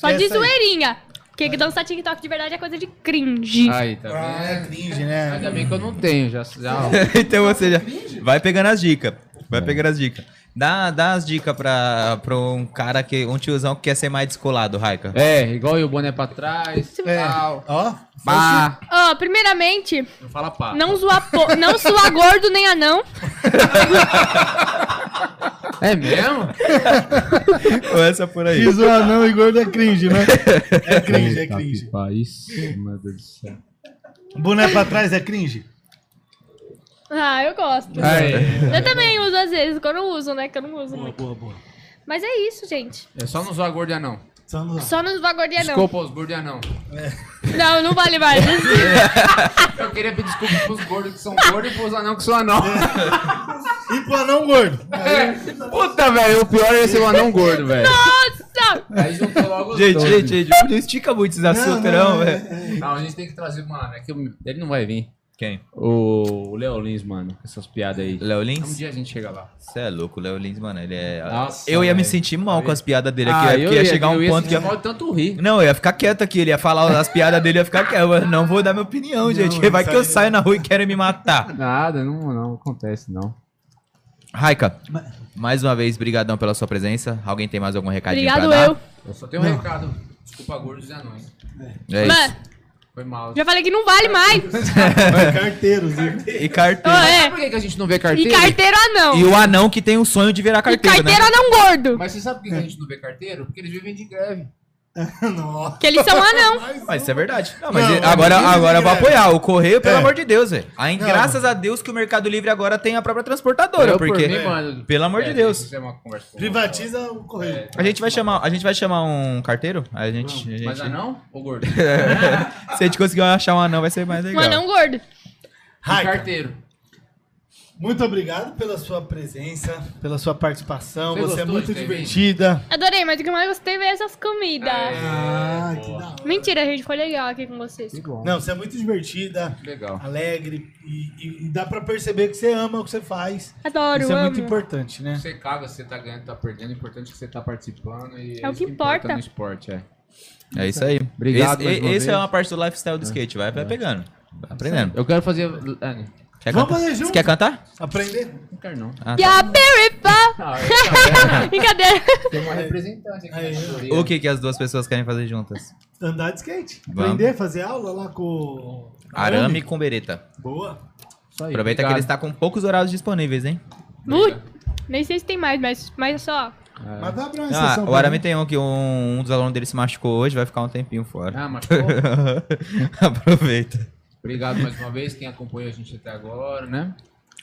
S4: Só
S2: Esquece
S4: de
S2: aí.
S4: zoeirinha. Porque dançar TikTok de verdade é coisa de cringe.
S1: Aí, tá
S2: Ah, é
S1: vendo?
S2: cringe, né?
S1: Ainda bem que eu não tenho, já. já
S3: então você já vai pegando as dicas. Vai pegando as dicas. Dá, dá as dicas pra, pra um cara que. um tiozão que quer ser mais descolado, Raika.
S1: é, igual eu, o boné pra trás.
S2: É.
S1: Tal.
S2: Ó,
S1: Pá.
S4: Ó, primeiramente,
S1: Não fala pá.
S4: não zoar, po- não zoar gordo nem anão.
S1: É mesmo?
S3: Ou essa por aí.
S2: fiz o anão e gordo é cringe, né? É cringe, é
S1: Puta que
S2: cringe.
S1: pariu, isso, meu Deus do céu.
S2: Boné pra trás é cringe?
S4: Ah, eu gosto.
S2: É.
S1: Aí.
S4: Eu também uso às vezes, quando eu uso, né? Que eu não uso muito.
S2: Boa, boa.
S4: Mas é isso, gente.
S1: É só não zoar gordo e anão.
S2: Só no-
S4: Só não zoar gordinha, não.
S1: Desculpa os gordos e anão.
S4: Não, não vale mais.
S1: Eu queria pedir desculpa pros gordos que são gordos e pros anão que são anão.
S2: E pro anão gordo?
S1: Puta, velho, o pior é esse anão gordo, velho.
S4: Nossa!
S1: Aí juntou logo os
S3: Gente,
S1: dois.
S3: gente, gente, não estica muito esses assuntos, não, velho.
S1: Não, a gente tem que trazer, mano, é que eu- ele não vai vir.
S3: Quem?
S1: O Léo Lins, mano, com essas piadas aí.
S3: Léo
S1: Um
S3: Lins?
S1: dia a gente chega lá.
S3: Você é louco, o Léo Lins, mano. Ele é.
S1: Nossa,
S3: eu ia me
S1: velho.
S3: sentir mal com as piadas dele aqui.
S1: Ah,
S3: porque ia chegar
S1: eu
S3: um ponto
S1: sentir
S3: que. ia-
S1: mal de tanto rir.
S3: Não, eu ia ficar quieto aqui, ele ia falar as piadas dele, eu ia ficar quieto. Eu não vou dar minha opinião, gente. Vai que eu saio na rua e querem me matar.
S1: Nada, não, não acontece, não.
S3: Raika, mais uma vez, brigadão pela sua presença. Alguém tem mais algum recadinho
S4: Obrigado
S3: pra
S4: eu.
S3: dar?
S1: Eu só tenho um recado. Desculpa, gordos e anões.
S3: É isso.
S4: Mano,
S1: Foi mal.
S4: já falei que não vale mais.
S2: Carteiros, hein?
S3: E carteiro.
S4: Ó,
S1: Sabe por
S4: é.
S1: que que a gente não vê
S4: E
S1: carteira?
S4: carteiro anão.
S3: E o anão que tem o sonho de virar
S4: E
S3: carteiro,
S4: carteiro
S3: né?
S4: anão gordo.
S1: Mas você sabe por que que a gente não vê carteiro? Porque eles vivem de greve.
S2: Nossa.
S4: Que eles são anão.
S3: Mas isso é verdade. Não, mas
S2: Não,
S3: e- agora,
S2: não, não,
S3: agora eu vou
S2: não, não.
S3: apoiar. O correio, pelo
S2: É.
S3: amor de Deus, velho. Aí,
S2: Não.
S3: graças a Deus que o Mercado Livre agora tem a própria transportadora,
S1: Eu, por
S3: porque.
S1: mim, mano,
S3: Pelo amor de Deus.
S1: isso é uma conversa com-
S2: Privatiza o correio.
S3: A gente vai chamar, a gente vai chamar um carteiro? A gente, a gente-
S1: Mas anão ou gordo?
S3: se a gente conseguir achar um anão, vai ser mais
S4: Um
S3: legal.
S4: anão gordo.
S2: Raika,
S1: Carteiro.
S2: muito obrigado pela sua presença, pela sua participação.
S1: Você
S2: Você, é
S1: gostou
S2: muito
S1: de ter
S2: divertida.
S4: Adorei, mas o que eu mais gostei foi essas comidas.
S2: Ah, que da hora.
S4: Mentira, gente, foi legal aqui com vocês.
S1: Que bom.
S2: Não, você é muito divertida,
S1: Legal.
S2: alegre e, e- e dá pra perceber que você ama o que você faz.
S4: Adoro,
S2: Isso é
S4: amo.
S2: muito importante, né?
S1: Você caga, você tá ganhando, tá perdendo. O importante é que você tá participando. E
S4: É o
S1: isso
S4: que importa.
S1: no esporte, é.
S3: É isso aí.
S1: Obrigado
S3: Esse-
S1: mais
S3: e-
S1: uma
S3: esse é
S1: vez.
S3: uma parte do lifestyle do skate, vai, vai pegando. Aprendendo.
S1: Eu quero fazer. Ah,
S3: Quer
S2: Vamos
S3: cantar?
S2: fazer
S3: Você
S2: junto?
S3: quer cantar?
S2: Aprender?
S1: não quero não.
S3: Ah,
S4: E a Peripa!
S1: Ah,
S2: É.
S4: Brincadeira!
S1: tem uma representante
S2: Aí,
S1: aqui. né?
S3: O que, que as duas pessoas querem fazer juntas?
S2: Andar de skate.
S3: Vamos.
S2: Aprender, fazer aula lá com.
S3: Arame com bereta.
S2: Boa.
S3: Aproveita que ele está com poucos horários disponíveis, hein?
S4: Ui, nem sei se tem mais, mas, mas só.
S1: É.
S2: Mas vai abrir uma
S3: Ah,
S2: sessão.
S3: o Arame tem um que um, um dos alunos dele se machucou hoje, vai ficar um tempinho fora.
S1: Ah, mas pô,
S3: Aproveita.
S1: obrigado mais uma vez, quem acompanhou a gente até agora, né?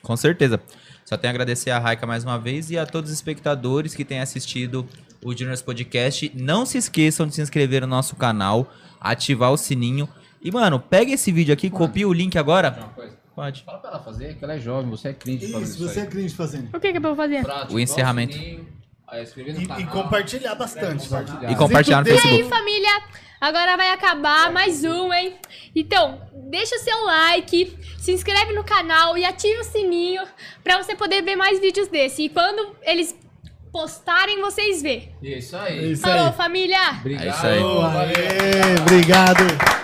S3: Com certeza. Só tenho a agradecer a Raika mais uma vez e a todos os espectadores que têm assistido o Juniors Podcast. Não se esqueçam de se inscrever no nosso canal, ativar o sininho. E, mano, pega esse vídeo aqui, copia o link agora.
S1: Uma coisa.
S3: Pode.
S1: Fala pra ela fazer, que ela é jovem, você é cringe falando
S2: Isso, você é
S1: aí.
S2: cringe fazendo.
S4: O que que eu vou fazer?
S1: Pra ativar
S3: O encerramento.
S1: sininho, aí inscrever no
S2: E,
S1: canal.
S2: e compartilhar bastante.
S1: É, compartilhar.
S2: né?
S3: E compartilhar no
S2: Diz o
S4: E
S3: Facebook.
S4: aí, família? Agora vai acabar mais um, hein? Então, deixa o seu like, se inscreve no canal e ative o sininho pra você poder ver mais vídeos desse. E quando eles postarem, vocês vê.
S1: Isso
S2: É
S1: aí.
S2: Isso
S4: Falou,
S2: aí.
S4: família!
S1: Obrigado.
S3: É isso aí.
S2: Boa,
S1: valeu.
S2: aê, obrigado.